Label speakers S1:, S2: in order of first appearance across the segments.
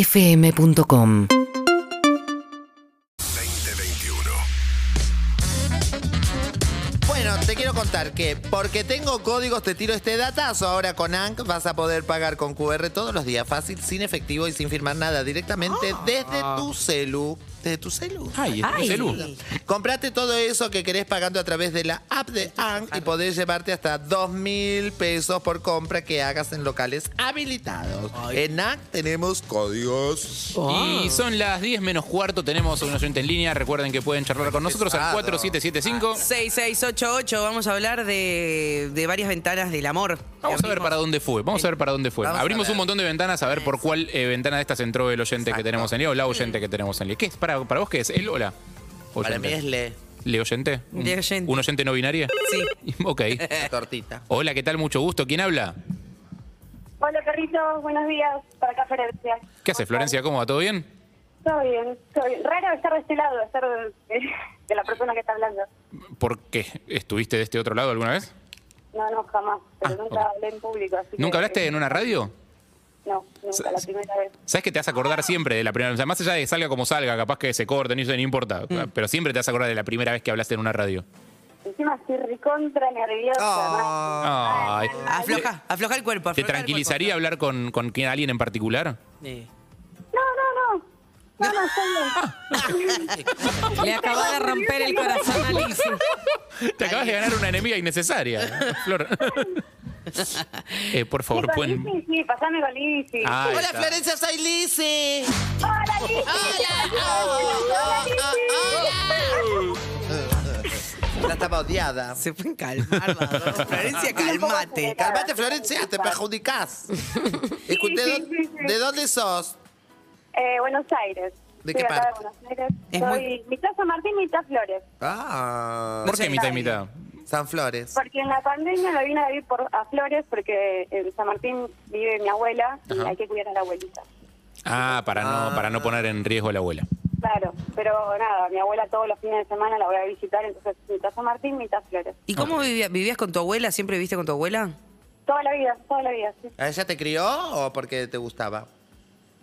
S1: urbanaplayfm.com
S2: 2021.
S3: Bueno, te quiero contar que porque tengo códigos te tiro este datazo. Ahora con ANC vas a poder pagar con QR todos los días fácil, sin efectivo y sin firmar nada directamente
S4: Ah.
S3: desde tu celu. Desde tu celu.
S4: Ay, es
S5: Ay.
S4: mi celu.
S3: Comprate todo eso que querés pagando a través de la app de ANC y podés llevarte hasta dos mil pesos por compra que hagas en locales habilitados. En ANC tenemos códigos.
S4: Y son las 10 menos cuarto, tenemos un oyente en línea, recuerden que pueden charlar con nosotros al
S3: pesado. Ah,
S4: 4775.
S5: 6688, vamos a hablar de, de varias ventanas del amor.
S4: Vamos a ver
S5: Abrimos-
S4: para dónde fue, vamos a ver para dónde fue.
S3: Vamos a
S4: Abrimos
S3: ver.
S4: un montón de ventanas a ver por cuál eh, ventana de estas entró el oyente que tenemos en línea o la oyente que tenemos en línea. ¿Qué es? ¿Para, para vos qué es? ¿El o la?
S3: Para mí
S4: oyente?
S3: es le
S4: ¿Le oyente? ¿Un-
S5: Le oyente.
S4: ¿Un oyente no binaria?
S5: Sí.
S4: ok.
S3: la tortita.
S4: Hola, ¿qué tal? Mucho gusto. ¿Quién habla?
S6: Hola, perritos, buenos días. Para acá, Florencia.
S4: ¿Qué hace Florencia? ¿Cómo va? ¿Todo bien?
S6: Todo bien, todo bien. Raro estar de este lado, estar de, de la persona que está hablando.
S4: ¿Por qué? ¿Estuviste de este otro lado alguna vez?
S6: No, no, jamás. Pero
S4: Ah,
S6: nunca
S4: ok.
S6: hablé en público. Así
S4: ¿Nunca
S6: que-
S4: hablaste en una radio?
S6: No, nunca, la primera vez.
S4: ¿Sabes que te vas a acordar siempre de la primera vez? O sea, más allá de que salga como salga, capaz que se corte, no, no importa. Pero siempre te vas a acordar de la primera vez que hablaste en una radio.
S6: Encima estoy recontra nerviosa.
S3: Ah.
S6: mal.
S4: Ay.
S5: Afloja, afloja el cuerpo.
S4: ¿Te
S5: afloja el
S4: tranquilizaría hablar con, con quien- alguien en particular?
S5: cuerpo.
S6: No, no, no. No, no, estoy bien.
S5: Sí. Le acaba de romper el corazón a Liz.
S4: Te acabas de ganar una enemiga innecesaria, Flor. Eh, por
S6: Sí,
S4: favor,
S6: con
S4: pueden...
S6: Lizzy, sí, pasame con Lizzy.
S4: Ah, ahí
S3: Hola
S4: está.
S3: Florencia, soy Lizzy.
S6: Hola, Lizzy. Hola, Lizzy.
S3: La estaba odiada.
S5: Se fue en calmar las dos. Florencia, calmate.
S3: Calmate, Florencia, te perjudicás. Escuché,
S6: sí, sí, sí.
S3: ¿de dónde sos?
S6: Eh, Buenos Aires.
S3: ¿De
S6: Estoy
S3: qué
S6: acá
S3: parte?
S6: De Buenos Aires.
S5: Es
S6: Soy
S5: muy-
S6: mitad San Martín, mitad Flores.
S3: Ah,
S4: ¿Por qué
S5: Sí.
S4: mitad y mitad?
S3: San Flores.
S6: Porque en la pandemia me vine a vivir por, a Flores porque en San Martín vive mi abuela y hay que cuidar a la abuelita.
S4: Ah, para no, para no poner en riesgo a la abuela.
S6: Claro, pero nada, mi abuela todos los fines de semana la voy a visitar, entonces mitad San Martín, mitad Flores.
S5: ¿Y cómo vivía- vivías con tu abuela? ¿Siempre viviste con tu abuela?
S6: Toda la vida, toda la vida, sí.
S3: ¿A ella te crió o porque te gustaba?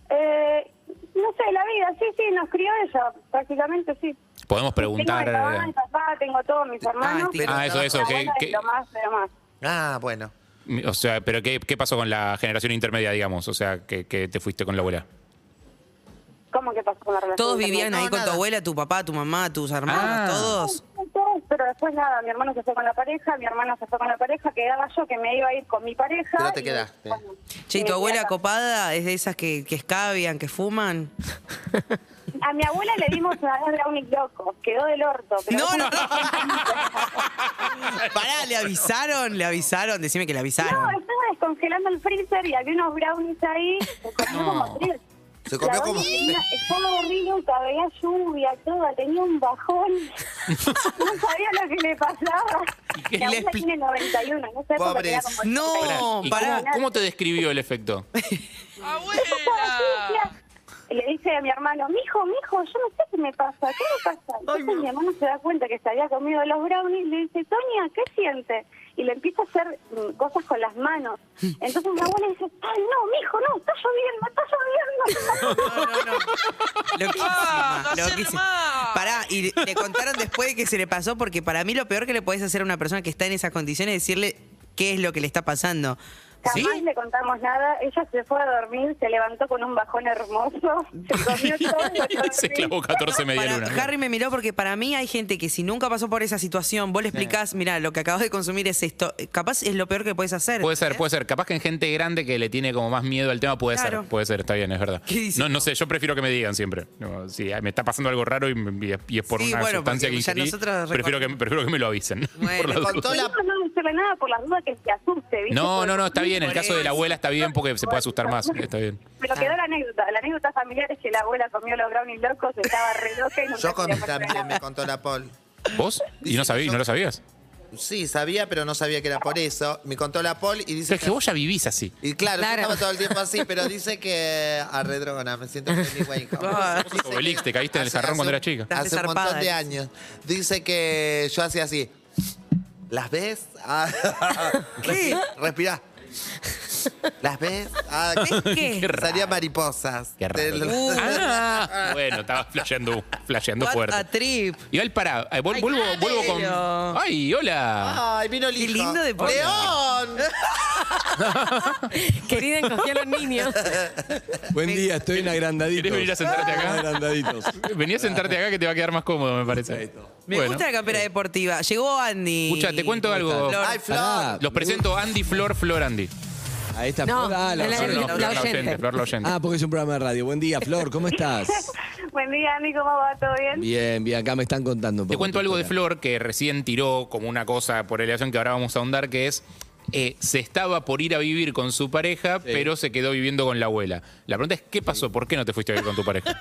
S6: Eh, no sé, la vida, sí, sí, nos crió ella, prácticamente, sí.
S4: Podemos
S6: Tengo mi mamá, mi
S4: preguntar... eh,
S6: papá, tengo todos mis hermanos.
S5: entiendo.
S4: Ah, eso, eso.
S6: Mi
S4: ¿qué-
S6: abuela es
S4: qué-
S6: Lo más, de lo más.
S3: Ah, bueno.
S4: O sea, pero qué, ¿qué pasó con la generación intermedia, digamos? O sea, que, que te fuiste con la abuela.
S6: ¿Cómo que pasó con la relación?
S5: ¿Todos
S6: intermedia?
S5: vivían ahí
S3: no,
S5: con tu
S3: nada.
S5: abuela, tu papá, tu mamá, tus hermanos,
S4: Ah.
S5: todos?
S6: Pero después nada, mi hermano se fue con la pareja, mi hermana se fue con la pareja, quedaba yo que me iba a ir con mi pareja.
S3: Pero te
S6: y, eh,
S3: quedaste.
S5: Che,
S6: y
S5: ¿y
S6: me
S5: tu abuela
S6: quedé acá.
S5: copada es de esas que, que escabian, que fuman?
S6: A mi abuela le dimos una vez brownies locos, quedó del orto. Pero
S5: No, no, no. Pará, le avisaron, le avisaron, decime que le
S6: No,
S5: avisaron.
S6: estaba descongelando el freezer y había unos brownies ahí, se comió como tres.
S3: Se comió
S6: La
S3: como-
S6: doña Estaba rica, veía lluvia, toda, tenía un bajón. no sabía lo que le pasaba.
S4: qué
S6: Mi
S5: le
S6: abuela
S5: expli-
S6: tiene 91, no sé cómo tenía como
S5: No.
S6: 81.
S4: ¿Y
S5: pará.
S4: cómo, cómo te describió el efecto?
S6: Y le dice a mi hermano, mijo, mijo, yo no sé qué me pasa, ¿qué me pasa? Entonces mi hermano se da cuenta que se había comido los brownies y le dice, Toña, ¿qué siente? Y le empieza a hacer mm, cosas con las manos. Entonces mi abuela dice, ay, no, mijo, no, está lloviendo, está lloviendo.
S5: No, no, no. Loquísima, loquísima. Pará, y le- le contaron después de que se le pasó, porque para mí lo peor que le podés hacer a una persona que está en esas condiciones es decirle qué es lo que le está pasando. ¿Sí?
S6: Jamás le contamos nada, ella se fue a dormir, se levantó con un bajón hermoso, se comió todo. lo
S4: Se
S6: que
S4: clavó 14
S5: Pará,
S4: medialunas.
S5: Harry me miró porque para mí hay gente que si nunca pasó por esa situación, vos le explicás, mira, lo que acabas de consumir es esto, capaz es lo peor que podés hacer.
S4: Puede ser, puede ser. Capaz que en gente grande que le tiene como más miedo al tema, puede
S5: Claro.
S4: ser. Puede ser, está bien, es verdad.
S5: ¿Qué dice?
S4: No, no sé, yo prefiero que me digan siempre. No, si me está pasando algo raro y, me- y es- y es por
S5: Sí,
S4: una
S5: bueno,
S4: sustancia que
S5: porque ya
S4: ingerí,
S5: nosotros
S4: prefiero que, prefiero que me lo avisen.
S5: Bueno,
S4: por las
S3: con
S4: dudas.
S3: todo la-
S6: No, no decirle nada por las dudas que se asuste, ¿viste?
S4: no,
S6: Por-
S4: no, no, está bien. El
S5: Por
S4: caso de la
S5: eso.
S4: abuela está bien porque se puede asustar más. Está bien.
S3: Ah.
S6: Pero quedó la anécdota. La anécdota familiar es que la abuela comió los brownies locos, estaba re loca y no
S3: Yo con, también me contó la Pol.
S4: ¿Vos? ¿Y no, sabí- y no lo sabías?
S3: Sí, sabía, pero no sabía que era por eso. Me contó la Pol y
S4: O
S3: dice
S4: sea, es que vos ya vivís así.
S3: Y claro, yo
S5: Claro.
S3: estaba todo el tiempo así, pero dice que... Arre, drogona, me siento feliz, güey.
S5: Ah.
S3: Dice
S4: Obelix,
S3: que
S4: te caíste en el
S3: hace-
S4: jarrón
S3: hace
S4: cuando
S3: un-
S4: eras chica.
S5: Estás
S3: Hace un
S5: zarpada,
S3: montón de
S5: eh.
S3: años. Dice que yo hacía así. ¿Las ves? Ah.
S5: ¿Qué?
S3: Respirá. ¿Las ves? Ah,
S5: ¿Ves qué? Qué
S4: raro.
S3: Salían mariposas.
S4: Qué raro.
S3: Del-
S5: Uh.
S4: Ah, bueno, estaba flasheando, flasheando
S5: What
S4: fuerte.
S5: a trip.
S4: Igual para, eh, vol-
S5: Ay, Ah.
S4: vuelvo,
S5: claro.
S4: vuelvo con. ¡Ay, hola!
S3: Ay, vino el
S5: Qué
S3: hijo.
S5: lindo deporte.
S3: ¡León!
S1: Querida, encogí a los niños.
S2: Buen día, estoy en agrandaditos.
S4: ¿Querés venir a sentarte acá?
S2: Agrandaditos.
S4: Vení a sentarte acá que te va a quedar más cómodo, me parece.
S5: Me
S4: Bueno.
S5: gusta la campera deportiva. Llegó Andy.
S4: Escucha, te cuento algo.
S5: Flor.
S3: ¡Ay, Flor!
S2: Pará,
S4: Los presento Andy, Flor, Flor, Andy.
S2: A esta
S1: No,
S2: Flor, ah, la-
S1: no la-
S4: Flor, no, Flor,
S1: la
S4: la oyente,
S1: oyente.
S4: Flor, la oyente.
S2: Ah, porque es un programa de radio. Buen día, Flor, ¿cómo estás?
S6: Buen día, Andy, ¿cómo va? ¿Todo bien?
S2: Bien, bien, acá me están contando un poco.
S4: Te cuento
S2: tu
S4: algo de
S2: historia.
S4: Flor que recién tiró como una cosa por elevación que ahora vamos a ahondar, que es eh, se estaba por ir a vivir con su pareja, pero se quedó viviendo con la abuela. La pregunta es, ¿qué pasó? ¿Por qué no te fuiste a vivir con tu pareja?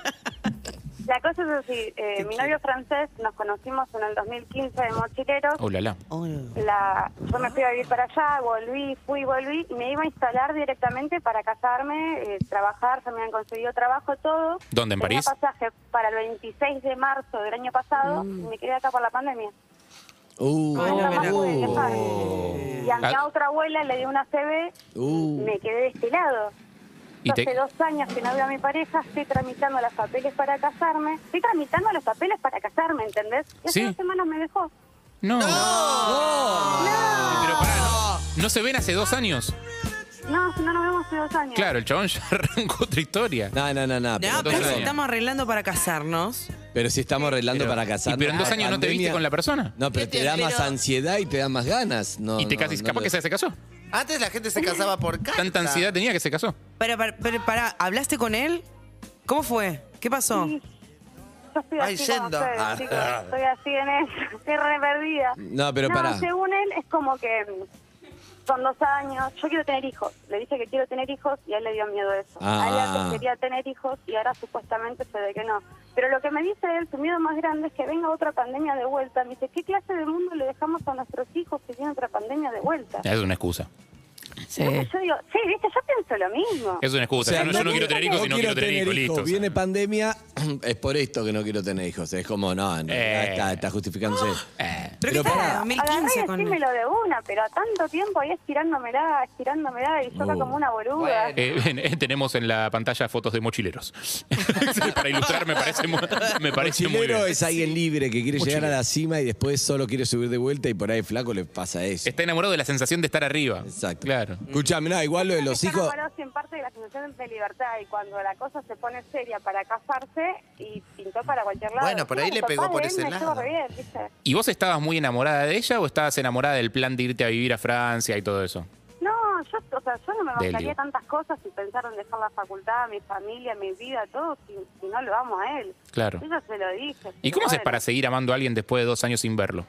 S6: La cosa es así, eh, mi novio francés, nos conocimos en el 2015 de mochileros.
S4: Oh, la, la.
S5: Oh, no.
S6: La, yo me fui a vivir para allá, volví, fui, volví, y me iba a instalar directamente para casarme, eh, trabajar, se me han conseguido trabajo, todo.
S4: ¿Dónde, en
S6: Tenía
S4: París?
S6: pasaje para el 26 de marzo del año pasado,
S3: Mm.
S6: y me quedé acá por la pandemia.
S2: Uh,
S5: Ay, no me la
S2: uh,
S6: pude dejar. Y a mi
S4: Ah.
S6: otra abuela le di una CB,
S2: uh.
S6: me quedé de este lado.
S4: Y
S6: Yo
S4: te-
S6: Hace dos años que no veo a mi pareja, estoy tramitando los papeles para casarme. Estoy tramitando los papeles para casarme, ¿entendés? Y hace
S4: Sí.
S6: dos semanas me dejó.
S4: No. Pero pará, ¿no? ¿No se ven hace dos años?
S6: No, si no nos vemos hace dos años.
S4: Claro, el chabón ya arrancó otra historia.
S2: No, no, no, no. Pero,
S5: No,
S4: dos
S5: pero
S4: años.
S5: si estamos arreglando para casarnos.
S2: pero si estamos arreglando para
S4: Y
S2: casarnos.
S4: pero en dos
S2: la
S4: años no te
S2: pandemia-
S4: viste con la persona.
S2: No, pero te da más ansiedad y te da más ganas. No,
S4: y te
S2: no,
S4: casi,
S2: no
S4: capaz
S2: lo-
S4: que se se casó.
S3: Antes la gente se casaba por carta.
S4: Tanta ansiedad tenía que se casó.
S5: Pero, para, ¿hablaste con él? ¿Cómo fue? ¿Qué pasó?
S6: Sí. Yo estoy
S3: Ay,
S6: así como
S3: yendo.
S6: ustedes,
S3: Ah.
S6: chicos. Estoy así en eso. Estoy re perdida.
S2: No, pero
S6: no,
S2: pará.
S6: según él es como que mm, son dos años. Yo quiero tener hijos. Le dije que quiero tener hijos y a él le dio miedo eso. A él
S2: Ah.
S6: antes quería tener hijos y ahora supuestamente se ve que no. Pero lo que me dice él, su miedo más grande es que venga otra pandemia de vuelta. Me dice, ¿qué clase de mundo le dejamos a nuestros hijos que viene otra pandemia de vuelta?
S4: Es una excusa.
S1: Sí.
S6: Yo digo, sí, viste, yo pienso lo mismo.
S4: Es una
S2: O
S4: excusa.
S2: sea,
S4: yo, no, yo no quiero tener hijos si no quiero tener hijos. Listo. o sea.
S2: Viene pandemia, es por esto que no quiero tener hijos. Es como, no, en realidad
S4: Eh.
S2: está, está justificándose.
S4: Eh,
S5: Pero, que
S2: Pero
S5: estaba
S2: pará.
S5: en
S6: Agarré
S5: 2015
S6: y
S5: con
S6: decímelo de una, pero a tanto tiempo ahí estirándomela, estirándomela y yo acá
S2: Uh.
S6: como una boluda.
S4: eh, eh, tenemos en la pantalla fotos de mochileros. Para ilustrar, me parece, mu- me parece muy
S2: Mochilero
S4: bien.
S2: es alguien libre que quiere
S4: Mochilero.
S2: llegar a la cima y después solo quiere subir de vuelta y por ahí flaco le pasa eso.
S4: Está enamorado de la sensación de estar arriba.
S2: Exacto.
S4: Claro.
S2: Escuchame, no, igual lo de los
S6: Están
S2: hijos.
S6: enamorados en parte de la sensación de libertad y cuando la cosa se pone seria para casarse y pintó para cualquier lado.
S3: Bueno, por ahí
S6: Encima
S3: le
S6: los
S3: pegó
S6: papás
S3: por
S6: de él
S3: ese
S6: me
S3: lado.
S6: llevo re bien, ¿viste?
S4: ¿Y vos estabas muy enamorada de ella o estabas enamorada del plan de irte a vivir a Francia y todo eso?
S6: No, yo, o sea, yo no me
S4: Delio.
S6: bancaría tantas cosas y pensar en dejar la facultad, mi familia, mi vida, todo, si, si no lo amo a él.
S4: Claro.
S6: Yo ya se lo dije.
S4: ¿Y
S6: pero
S4: cómo haces
S6: bueno.
S4: para seguir amando a alguien después de dos años sin verlo?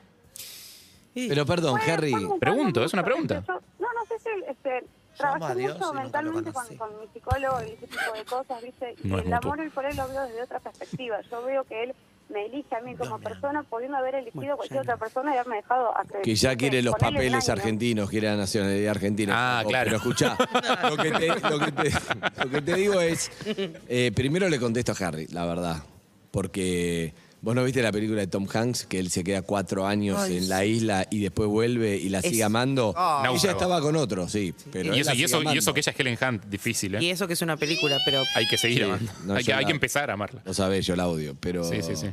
S2: Pero perdón,
S6: Bueno,
S2: Harry.
S6: estamos
S4: pregunto,
S6: hablando
S4: es una
S6: mucho,
S4: pregunta.
S6: este, yo- no, no sé si este, trabajé
S3: a Dios y
S6: mucho
S3: nunca lo
S6: mentalmente
S3: conocí.
S6: con, con mi psicólogo y ese tipo de cosas, ¿viste? Y
S4: No es
S6: el
S4: mutuo.
S6: amor él por él lo veo desde otra perspectiva. Yo veo que él me elige a mí como persona, pudiendo haber elegido
S5: Bueno,
S6: cualquier
S5: ya
S6: otra persona y haberme dejado hacer.
S2: Que ya quiere los
S6: Ponele un
S2: papeles
S6: año.
S2: argentinos, quiere la nacionalidad argentina.
S4: Ah,
S2: Flaco,
S4: claro.
S2: Pero escuchá, lo que te, lo que te- lo que te digo es, eh, primero le contesto a Harry, la verdad. Porque vos no viste la película de Tom Hanks, que él se queda cuatro años en la isla y después vuelve y la sigue amando.
S3: Ah.
S2: Ella
S4: Náufrago.
S2: estaba con otro, sí. Pero
S4: y,
S2: él
S4: eso, y,
S2: la sigue
S4: eso, y
S2: amando.
S4: eso que ella es Helen Hunt, difícil, ¿eh?
S5: Y eso que es una película, pero.
S4: Hay que seguir
S2: Sí,
S4: amando.
S2: no,
S4: hay, que,
S2: yo
S4: hay
S2: la-
S4: que empezar a amarla.
S2: Lo sabés, yo la odio, pero...
S4: Sí, sí, sí.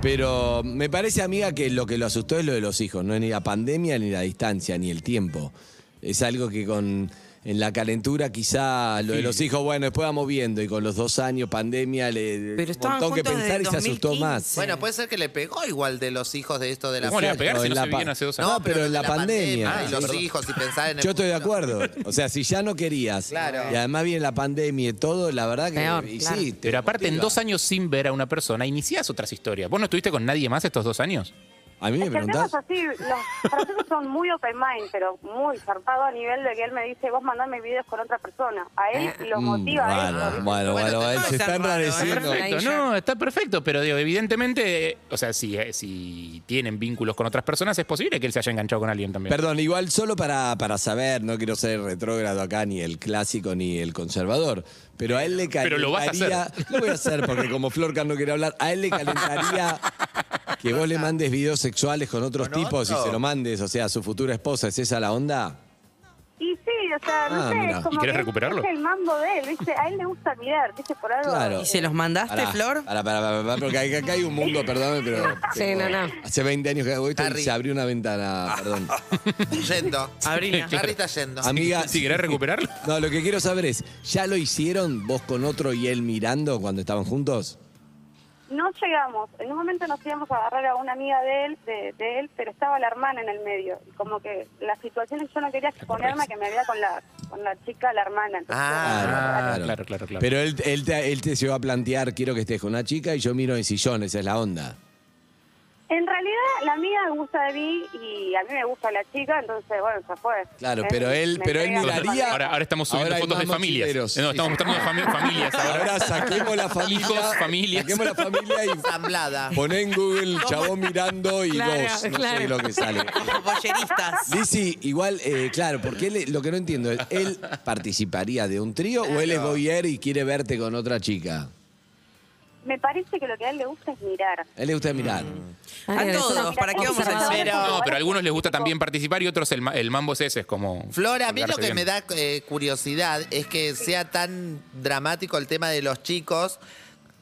S2: Pero me parece, amiga, que lo que lo asustó es lo de los hijos, no es ni la pandemia, ni la distancia, ni el tiempo. Es algo que con... En la calentura quizá lo de
S4: Sí.
S2: los hijos, bueno, después vamos viendo y con los dos años pandemia le
S5: Pero
S2: un
S5: estaban
S2: montón que
S5: juntos desde
S2: pensar y se asustó
S5: 2015.
S2: más.
S3: Bueno, puede ser que le pegó igual de los hijos de esto de la
S4: ¿Cómo le va a pegar si
S2: en
S4: no
S2: la
S4: se
S2: pa-
S4: vivían hace dos
S2: No,
S4: años?
S2: pero en la pandemia.
S4: Ah,
S3: y los
S4: perdón.
S3: hijos y pensar en el
S2: Yo estoy de
S3: futuro.
S2: acuerdo. O sea, si ya no querías
S3: Claro.
S2: y además viene la pandemia y todo, la verdad que
S1: Peor,
S2: y
S1: claro.
S2: sí, te
S4: Pero aparte, en
S2: motiva.
S4: dos años sin ver a una persona, iniciás otras historias. ¿Vos no estuviste con nadie más estos dos años?
S2: A mí me
S6: Es que el tema
S2: preguntás.
S6: es así, los franceses son muy open mind, pero muy zarpado a nivel de que él me dice, vos mandame videos con otra persona. A él lo
S2: Mm,
S6: motiva a él.
S2: Bueno,
S3: Bueno,
S2: bueno, bueno,
S5: no
S2: se
S5: es
S2: está
S5: tan raro, ¿eh?
S2: enrareciendo.
S1: Ahí
S4: Perfecto,
S1: ya.
S4: no, está perfecto, pero digo, evidentemente, eh, o sea, si, eh, si tienen vínculos con otras personas, es posible que él se haya enganchado con alguien también.
S2: Perdón, igual solo para, para saber, no quiero ser retrógrado acá, ni el clásico ni el conservador, pero a él le calentaría...
S4: Pero lo vas a hacer.
S2: Lo voy a hacer porque como Florca no quiere hablar, a él le calentaría que vos le mandes videos sexuales con otros
S3: ¿Con
S2: tipos
S3: otro?
S2: y se lo mandes, o sea, a su futura esposa, ¿es esa la onda?
S6: Y sí, o sea, no
S2: Ah,
S6: sé,
S2: mira.
S6: es como
S4: ¿Y querés
S6: que
S4: recuperarlo?
S6: Es el mambo de él, ¿viste? A él le gusta mirar, ¿viste? Por algo.
S2: Claro.
S5: ¿Y se los mandaste,
S2: Pará,
S5: Flor?
S2: Pará, pará, pará, pará, porque acá, acá hay un mundo, perdón, pero.
S1: Sí, no, no.
S2: Hace 20 años que hago esto y
S3: Harry.
S2: se abrió una ventana, perdón.
S3: Yendo.
S5: Abrina.
S3: Harry está yendo.
S2: Amiga.
S4: Si querés recuperarlo.
S2: No, lo que quiero saber es, ¿ya lo hicieron vos con otro y él mirando cuando estaban juntos?
S6: No llegamos. En un momento nos íbamos a agarrar a una amiga de él, de, de él, pero estaba la hermana en el medio. Y como que la situación yo no quería exponerme a que me había con la, con la chica, la hermana. Entonces,
S3: Ah,
S4: Ah, claro, claro, claro.
S2: Pero él, él, te, él te se va a plantear, quiero que estés con una chica y yo miro en sillón, esa es la onda.
S6: En realidad, la amiga gusta de mí y a mí me gusta la chica, entonces, bueno, ya fue.
S2: Claro, pero él-
S6: me
S2: pero él
S6: entrega su
S2: miraría-
S4: Ahora, ahora estamos subiendo
S2: Ahora hay
S4: fotos de
S2: más
S4: familias.
S2: mochileros.
S4: No, estamos mostrando fami- familias ahora.
S2: Ahora saquemos la familia.
S4: Hijos, familias.
S2: Saquemos la familia y
S3: Ensamblada.
S2: poné en Google chabón mirando y
S1: Claro,
S2: vos. No sé
S1: claro.
S2: lo que sale.
S5: Como boyeristas.
S2: Lizzy, igual, eh, claro, porque él, lo que no entiendo es, ¿él participaría de un trío o él es voyeur y quiere verte con otra chica?
S6: Me parece que lo que a él le gusta es mirar.
S2: A él le gusta mirar.
S4: Mm.
S5: A todos, ¿para qué vamos al
S6: Pero-
S5: cero?
S4: No, pero a algunos les gusta también participar y otros el, ma- el mambo es ese, es como.
S3: Flor, a mí lo
S4: colgarse
S3: que
S4: bien.
S3: me da eh, curiosidad es que sea tan dramático el tema de los chicos.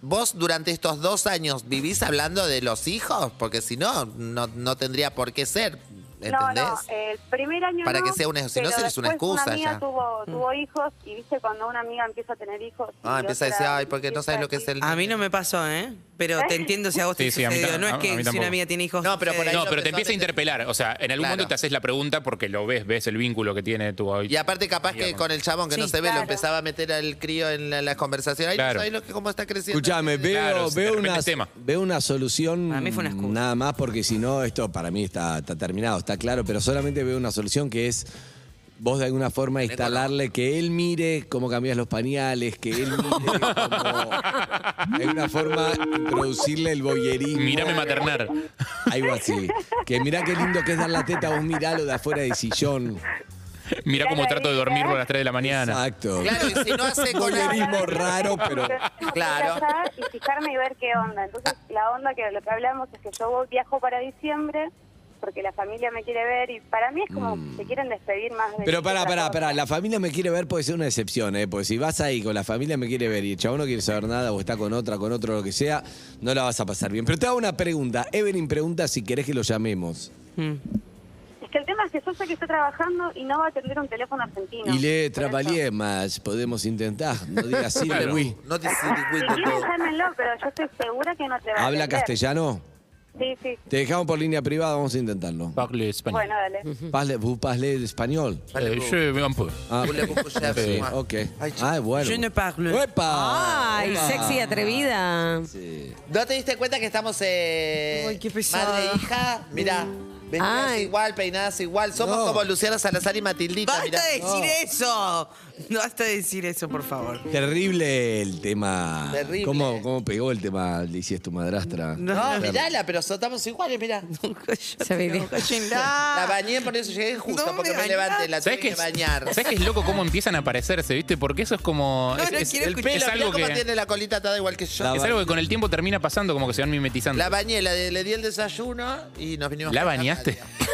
S3: Vos durante estos dos años vivís hablando de los hijos, porque si no, no, no tendría por qué ser.
S6: No,
S3: ¿Entendés?
S6: no, el primer año
S3: Para
S6: no,
S3: que sea una- si no,
S6: pero
S3: se les una
S6: después
S3: excusa
S6: una amiga
S3: ya. Mm.
S6: tuvo, tuvo hijos y viste cuando una amiga empieza a tener hijos. y
S3: Ah, empieza a decir,
S6: otra
S3: ay, porque no sabes lo que es el.
S5: A mí no me pasó, ¿eh? Pero te entiendo si a vos te
S4: Sí, sí, a mí
S5: sucedió.
S4: tam-
S5: no es
S4: a- a
S5: que
S4: mí
S5: si
S4: tampoco.
S5: una amiga tiene hijos.
S3: No, pero por ahí
S5: sucede.
S4: No,
S3: lo
S4: pero te
S3: pensó
S4: empieza a
S3: desde-
S4: interpelar. O sea, en algún
S3: Claro.
S4: momento te haces la pregunta porque lo ves, ves el vínculo que tiene tu
S3: Y aparte, capaz que con el chabón que no
S6: Sí,
S3: se ve, lo
S6: claro.
S3: empezaba a meter al crío en la, la conversación. Ay,
S4: Claro.
S3: no sabés lo que, cómo está creciendo.
S2: Escuchame, veo,
S4: Claro, de
S2: veo,
S4: repente
S2: una,
S4: el tema.
S2: veo una solución.
S5: Para mí fue una excusa.
S2: Nada más, porque si no, esto para mí está, está terminado, está claro, pero solamente veo una solución que es. Vos de alguna forma instalarle que él mire cómo cambias los pañales, que él mire cómo... De alguna forma introducirle el boyerismo.
S4: Mírame maternar.
S2: Algo así. Que mirá qué lindo que es dar la teta, vos miralo de afuera de sillón.
S4: Mirá cómo trato de dormirlo a las 3 de la mañana.
S2: Exacto.
S3: Claro, y si no hace con
S2: Oye, Boyerismo raro, pero-
S6: Tengo que
S3: Claro.
S6: viajar Y fijarme y ver qué onda. Entonces, la onda que lo que hablamos es que yo voy- viajo para diciembre porque la familia me quiere ver y para mí es como
S3: Mm.
S6: se quieren despedir más de
S2: Pero pará,
S6: otra
S2: pará,
S6: cosa.
S2: pará. La familia me quiere ver puede ser una excepción, ¿eh? Porque si vas ahí con la familia me quiere ver y el chabón no quiere saber nada o está con otra, con otro, lo que sea, no la vas a pasar bien. Pero te hago una pregunta. Evelyn pregunta si querés que lo llamemos.
S5: Mm.
S6: Es que el tema es que yo sé que está trabajando y no va a atender un teléfono argentino.
S2: y le
S6: Por eso.
S2: traballé más, podemos intentar. No digas sí,
S3: Claro.
S2: Lewi.
S3: No te sentís
S6: Si quieres, llámenlo, pero yo estoy segura que no te va a
S2: ¿Habla
S6: atender.
S2: castellano?
S6: Sí, sí.
S2: Te dejamos por línea privada, vamos a intentarlo.
S4: Parle español.
S6: Bueno, dale.
S2: Pasle, vos pasle el español.
S4: Eh, je vais un peu.
S2: Ah,
S3: Hola, ¿cómo se hace?
S2: sí, ok.
S3: Ay, chico.
S2: Ah, bueno.
S5: Je ne parle.
S2: ¡Epa!
S1: Ay,
S2: Epa.
S1: sexy y atrevida.
S2: Sí.
S3: ¿No te diste cuenta que estamos eh,
S5: Ay, qué pesada.
S3: madre e hija? Mira, vestidas
S1: Ay.
S3: igual, peinadas igual. Somos
S2: No.
S3: como Luciana Salazar y Matildita.
S5: ¡Basta
S3: mirá.
S5: de decir eso! No basta de decir eso, por favor.
S2: Terrible el tema.
S3: Terrible.
S2: ¿Cómo, cómo pegó el tema, Lizy, es tu madrastra?
S3: No, mirala, pero so- estamos iguales, mirá.
S1: Se vive.
S3: La
S5: Cállenla.
S3: bañé, por eso llegué justo,
S5: No
S3: porque
S5: me
S3: me, levanté, la tuve
S4: ¿Sabes qué,
S3: que
S4: es,
S3: bañar.
S4: ¿Sabes qué es loco cómo empiezan a aparecerse, viste? Porque eso es como.
S5: No,
S4: es,
S5: no
S4: es-
S5: quiero
S4: el
S5: escuchar.
S4: es
S3: Pero mirá
S4: algo
S3: cómo
S4: que.
S3: tiene la colita atada igual que yo.
S2: La-
S4: Es algo que con el tiempo termina pasando, como que se van mimetizando.
S3: La bañé, la de- le di el desayuno y nos vinimos.
S4: ¿La
S3: para acá,
S4: bañaste?
S3: María.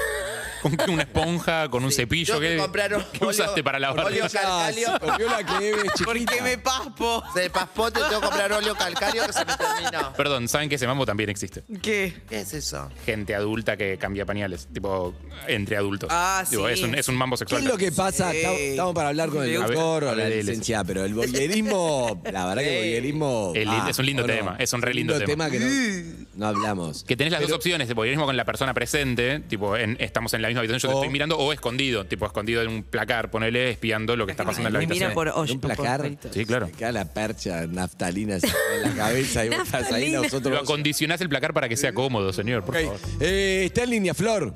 S4: ¿Con qué? una esponja, con un
S3: Sí.
S4: cepillo.
S3: Tengo que
S4: ¿Qué,
S3: comprar un
S4: qué usaste
S3: óleo-
S4: para lavar?
S3: óleo calcáleo.
S2: Porque la que Eve es
S5: ¿Por
S2: chiquita.
S5: qué me paspo?
S3: Se paspote, tengo que comprar óleo calcáreo que se me terminó.
S4: Perdón, ¿saben que ese mambo también existe?
S5: ¿Qué?
S3: ¿Qué es eso?
S4: Gente adulta que cambia pañales, tipo, entre adultos.
S5: Ah,
S4: Digo,
S5: sí.
S4: es, un, es un mambo
S2: ¿Qué
S4: sexual.
S2: es lo que pasa?
S5: Sí.
S2: Estamos estamos para hablar con el
S5: A
S4: ver,
S2: doctor o
S4: a
S2: la
S4: ver, dile.
S2: licenciada, pero el boyerismo, la verdad que el boyerismo...
S4: El- es un lindo
S2: ¿o no?
S4: tema, es un re lindo tema.
S2: que no, no hablamos.
S4: Que tenés las dos opciones, de voyeurismo con la persona presente, tipo, en- estamos en la misma habitación, yo te
S2: O-
S4: estoy mirando, o escondido, tipo, escondido en un placar, ponele, espiando lo que está pasando en la
S5: Me
S4: habitación.
S5: mira por hoy.
S2: un placar,
S4: Sí, claro.
S2: se cae la percha naftalina se cae en la cabeza y vos estás ahí
S4: Lo
S2: nosotros...
S4: acondicionás el placar para que sea cómodo, señor, por
S2: Ok.
S4: favor.
S2: Eh, está en línea, Flor.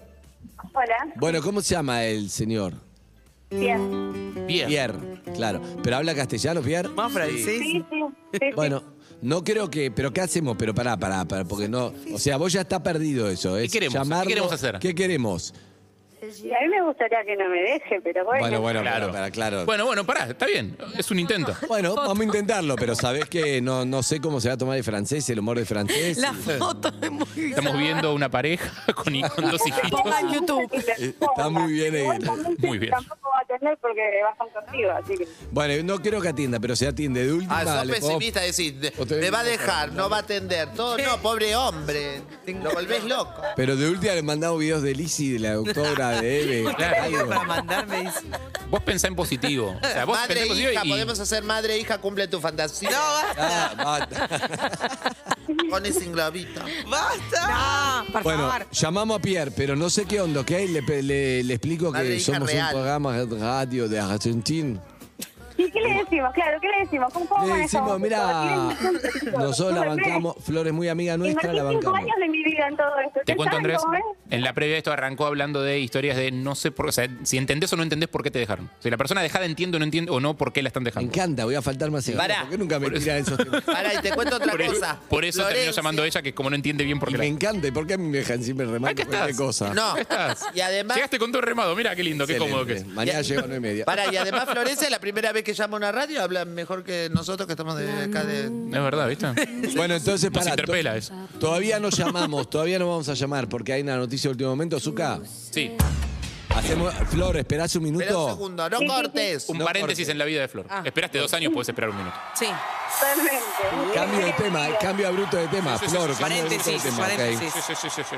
S6: Hola.
S2: Bueno, ¿cómo se llama el señor?
S6: Bien.
S4: Bien.
S2: Pierre, claro. ¿Pero habla castellano, Pierre?
S5: Más francés.
S6: Sí, sí. sí, sí.
S2: Bueno, no creo que. Pero ¿qué hacemos? Pero pará, pará, pará, porque no. O sea, vos ya está perdido eso. Es
S4: queremos?
S2: llamarlo-
S4: ¿Qué queremos hacer?
S2: ¿Qué queremos?
S6: Y a mí me gustaría que no me deje, pero bueno.
S2: Bueno, bueno,
S4: Claro.
S2: claro, para, claro.
S4: Bueno, bueno, pará, está bien. Es un intento.
S2: Bueno, vamos a intentarlo, pero sabés que no, no sé cómo se va a tomar el francés, el humor de francés.
S1: La foto de muy
S4: Estamos viendo una pareja con, con dos hijitos.
S1: Pongan YouTube.
S2: Está muy bien,
S6: Igual
S2: eh,
S6: también
S4: muy bien.
S6: Tampoco va a atender porque vas a un contigo, así que...
S2: Bueno, no creo que atienda, pero se atiende de última.
S3: Ah, sos
S2: le puedo-
S3: pesimista, decís, de-
S2: o te-
S3: me va a dejar, no va a atender. Todo, no, pobre hombre. Lo volvés loco.
S2: Pero de última le he mandado videos de Lizzy, de la doctora, de Eve.
S4: Claro.
S5: Para mandarme dice.
S4: Vos pensá en positivo. O sea, vos
S3: Madre
S4: pensá
S3: e
S4: en positivo
S3: hija,
S4: y-
S3: podemos hacer madre e hija, cumple tu fantasía.
S2: Ah, basta.
S3: Pones sin globito.
S5: ¡Basta!
S1: Por
S2: Bueno,
S1: favor.
S2: llamamos a Pierre, pero no sé qué onda, ¿ok? Le, pe- le- le explico
S3: Madre
S2: que
S3: hija
S2: somos un
S3: real.
S2: programa de radio de Argentina.
S6: ¿Y qué le decimos? Claro, ¿qué le decimos? ¿Cómo, cómo
S2: Le decimos,
S6: manejamos
S2: mira,
S6: esto? ¿Quién es esto?
S2: nosotros la
S6: Súbeme.
S2: bancamos, Flores muy amiga nuestra,
S6: Invertí
S2: la
S6: cinco
S2: bancamos.
S6: años de mi vida en todo esto. ¿eh?
S4: Te
S6: ¿Ustedes
S4: cuento,
S6: saben
S4: Andrés,
S6: cómo es?
S4: en la previa esto arrancó hablando de historias de no sé por o sea, si entendés o no entendés por qué te dejaron. Si la persona dejada entiende o no entiende o no por qué la están
S2: Me
S4: dejando.
S2: encanta, voy a faltar más seguido.
S3: Pará.
S2: ¿Por qué nunca me tiran esos temas?
S3: Ahora, y te cuento otra
S4: Por, eso-
S3: cosa.
S4: por eso terminó
S3: Florencia-
S4: llamando ella, que como no entiende bien por
S2: Y
S4: qué.
S2: me
S4: la-
S2: encanta, ¿y por qué me dejan siempre remando
S4: Acá
S2: cualquier
S4: estás.
S2: cosa?
S3: No.
S4: Acá estás.
S3: Y además-
S4: Llegaste con tu remado, mira qué lindo, qué cómodo que es.
S2: Excelente. Mañana
S3: Ya-
S2: llego a 9 y media.
S3: Para, y además Florencia es la primera vez que llama a una radio, habla mejor que nosotros que estamos de acá de...
S4: Es verdad, ¿viste?
S2: Bueno, entonces
S4: Nos
S2: para.
S4: interpela eso.
S2: Todavía no llamamos, todavía no vamos a llamar porque hay una noticia de último momento. Zuka,
S4: Sí.
S2: hacemos. Flor, esperás un minuto.
S3: Espera un segundo, no
S6: Sí, sí, sí.
S3: cortes.
S4: Un
S2: No
S4: paréntesis
S2: cortes.
S4: en la vida de Flor.
S2: Ah.
S4: Esperaste dos años, podés esperar un minuto.
S5: Sí,
S6: Totalmente.
S2: Cambio de tema, eh, cambio abrupto de tema.
S4: Sí, sí, sí,
S2: Flor,
S4: sí.
S2: cambio abrupto de
S5: paréntesis,
S2: tema. ok.
S5: paréntesis.
S4: Sí, sí, sí, sí, sí.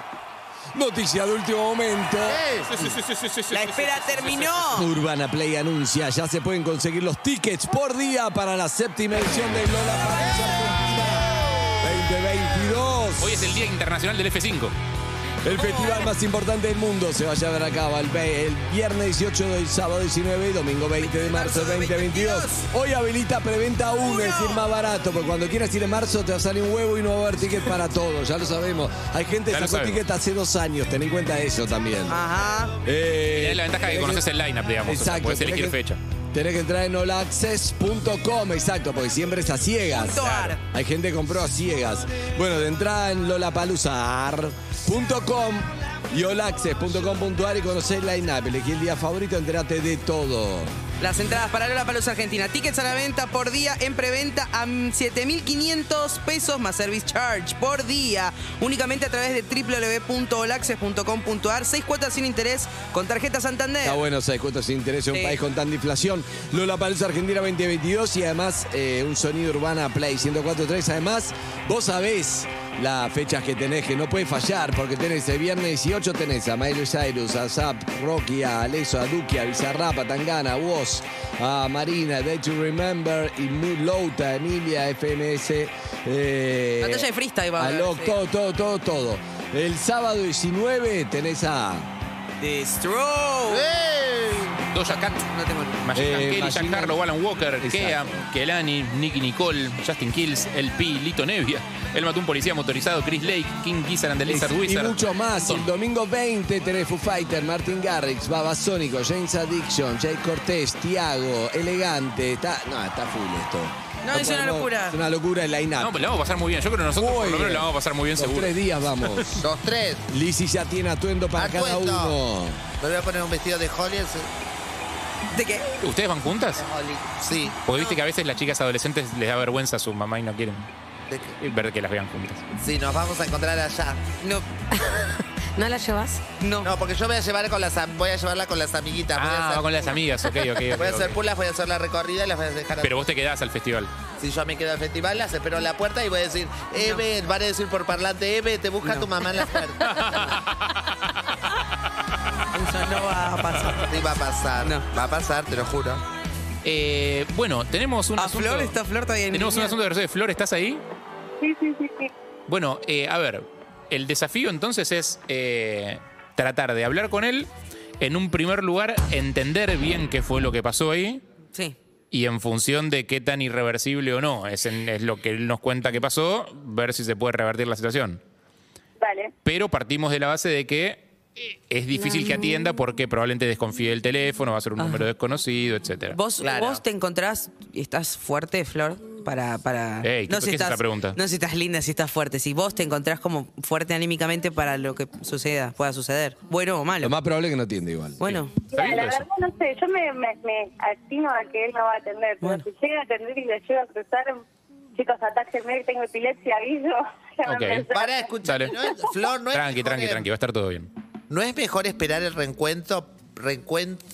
S2: Noticia de último momento.
S3: Eh,
S4: Sí, sí, sí, sí, sí, sí, sí,
S5: La
S4: sí, sí,
S5: espera
S4: sí, sí, sí.
S5: terminó.
S2: Urbana Play anuncia, ya se pueden conseguir los tickets por día para la séptima edición de Lola Argentina 2022.
S4: ¡Eh! Hoy es el Día Internacional del F5.
S2: El festival más importante del mundo se va a llevar a cabo el, ve- el viernes 18, del sábado 19 y domingo 20 de marzo 2022. Hoy habilita preventa 1, es decir, más barato, porque cuando quieras ir en marzo te va a salir un huevo y no va a haber tickets para todos, ya lo sabemos. Hay gente que
S4: Ya lo
S2: sacó
S4: sabemos.
S2: tickets hace dos años, ten en cuenta eso también.
S5: Ajá.
S2: Eh,
S4: Es la ventaja que
S2: tenés
S4: conoces el lineup, digamos. o sea,
S2: Exacto.
S4: podés elegir
S2: tenés que-
S4: fecha.
S2: Tenés que entrar en holaccess.com, exacto, porque siempre es a ciegas.
S5: Punto ar.
S2: Hay gente que compró a ciegas. Bueno, de entrada en lolapaluzar.com y holaccess.com.ar y conocés la INAP. Elegí el día favorito, enterate de todo.
S5: Las entradas para Lola Palos Argentina. Tickets a la venta por día en preventa a mm, 7.500 pesos más service charge por día. Únicamente a través de www.olaxes.com.ar. Seis cuotas sin interés con tarjeta Santander.
S2: Está bueno, se cuotas sin interés en un
S5: Sí.
S2: país con tanta inflación. Lollapalooza Argentina 2022 y además eh, un sonido urbana Play 104.3. Además, vos sabés las fechas que tenés, que no puede fallar, porque tenés el viernes 18 tenés a Miley Cyrus, a Zap, Rocky, a Alesso, a Duki, a Bizarrap, a Tangana, a Woz, a Marina, Day to Remember, y Mu- Louta, Emilia, FMS. eh,
S5: Batalla de freestyle va a
S2: a
S5: haber,
S2: Loc,
S5: sí.
S2: todo, todo, todo, todo. El sábado 19 tenés a...
S5: Destroy.
S4: Doja Cat,
S5: No tengo ni-
S4: Magic
S2: Eh,
S4: Kelly, Jack
S2: Machine Gun.
S4: Harlow, Alan Walker,
S2: Exacto.
S4: Kea, Kelani, Nicky Nicole, Justin Kills, El Pi, Lito Nevia. Él mató un policía motorizado, Chris Lake, King Gizzard and the Lizard
S2: y
S4: Wizard.
S2: mucho más.
S4: Son-
S2: El domingo 20 tenés Foo Fighter, Martin Garrix, Babasónico, James Addiction, Jay Cortés, Tiago, Elegante. Está, no, está full esto.
S5: No, es una
S2: podemos-
S5: locura.
S2: Es una locura el line-up.
S4: No, pero la vamos a pasar muy bien. Yo creo que nosotros por
S2: Muy
S4: lo menos
S2: bien.
S4: la vamos a pasar muy bien
S2: Los
S4: seguro.
S2: tres días vamos.
S3: Dos, tres.
S2: Lizzy ya tiene atuendo para
S3: Atuendo.
S2: cada uno.
S3: Me voy a poner un vestido de Holly. ese-
S5: ¿De qué?
S4: ¿Ustedes van juntas?
S3: Holly. Sí.
S4: Porque viste que a veces las chicas adolescentes les da vergüenza a su mamá y no quieren
S3: De que-
S4: ver que las vean juntas.
S3: Sí, nos vamos a encontrar allá.
S5: No,
S1: ¿No la llevas?
S5: no.
S3: No, porque yo voy a llevar con las am- voy a llevarla con las amiguitas. Voy a
S4: Ah,
S3: hacer,
S4: con las amigas, ok, ok. ok,
S3: voy a
S4: ok.
S3: hacer pulas, voy a hacer la recorrida y las voy a dejar. a-
S4: Pero vos te quedás al festival.
S3: Si yo me quedo al festival, las espero en la puerta y voy a decir, Eve, van a decir por parlante, Eve, te busca tu mamá en la puerta.
S5: Eso no va a pasar.
S3: Sí, va a pasar.
S5: No.
S3: Va a pasar, te lo juro.
S4: Eh, bueno, tenemos un
S3: Ah,
S5: A
S4: asunto-
S5: Flor, esta Flor todavía en
S4: Tenemos un
S5: línea.
S4: asunto de redes. Flor, ¿estás ahí?
S6: Sí, sí, sí, sí.
S4: Bueno, eh, a ver, el desafío entonces es eh, tratar de hablar con él, en un primer lugar, entender bien qué fue lo que pasó ahí
S5: Sí.
S4: y en función de qué tan irreversible o no es, en- es lo que él nos cuenta que pasó, ver si se puede revertir la situación.
S6: Vale.
S4: Pero partimos de la base de que eh, es difícil que atienda porque probablemente desconfíe del teléfono, va a ser
S3: Ah.
S4: un número desconocido, etcétera.
S5: ¿Vos,
S3: Claro.
S5: vos te encontrás, estás fuerte, Flor, para... para
S4: Ey, ¿qué- qué es esa pregunta?
S5: No si estás linda, si estás fuerte. Si vos te encontrás como fuerte anímicamente para lo que suceda, pueda suceder. Bueno o malo.
S2: Lo más probable es que no atiende igual.
S5: Bueno,
S4: ¿Está bien
S6: Mira, la
S4: eso?
S6: verdad no sé, yo me, me, me atino a que él no va a atender, pero
S5: Bueno.
S6: si llega a atender y le llega a cruzar, chicos, atájenme que tengo epilepsia, aviso. Ya me
S4: Ok.
S6: pensé.
S3: Para escuchar.
S4: Dale.
S3: No es- Flor, no es
S4: Tranqui,
S3: mejor
S4: tranqui,
S3: en-
S4: tranqui, va a estar todo bien.
S3: ¿No es mejor esperar el reencuentro? Reencuentro.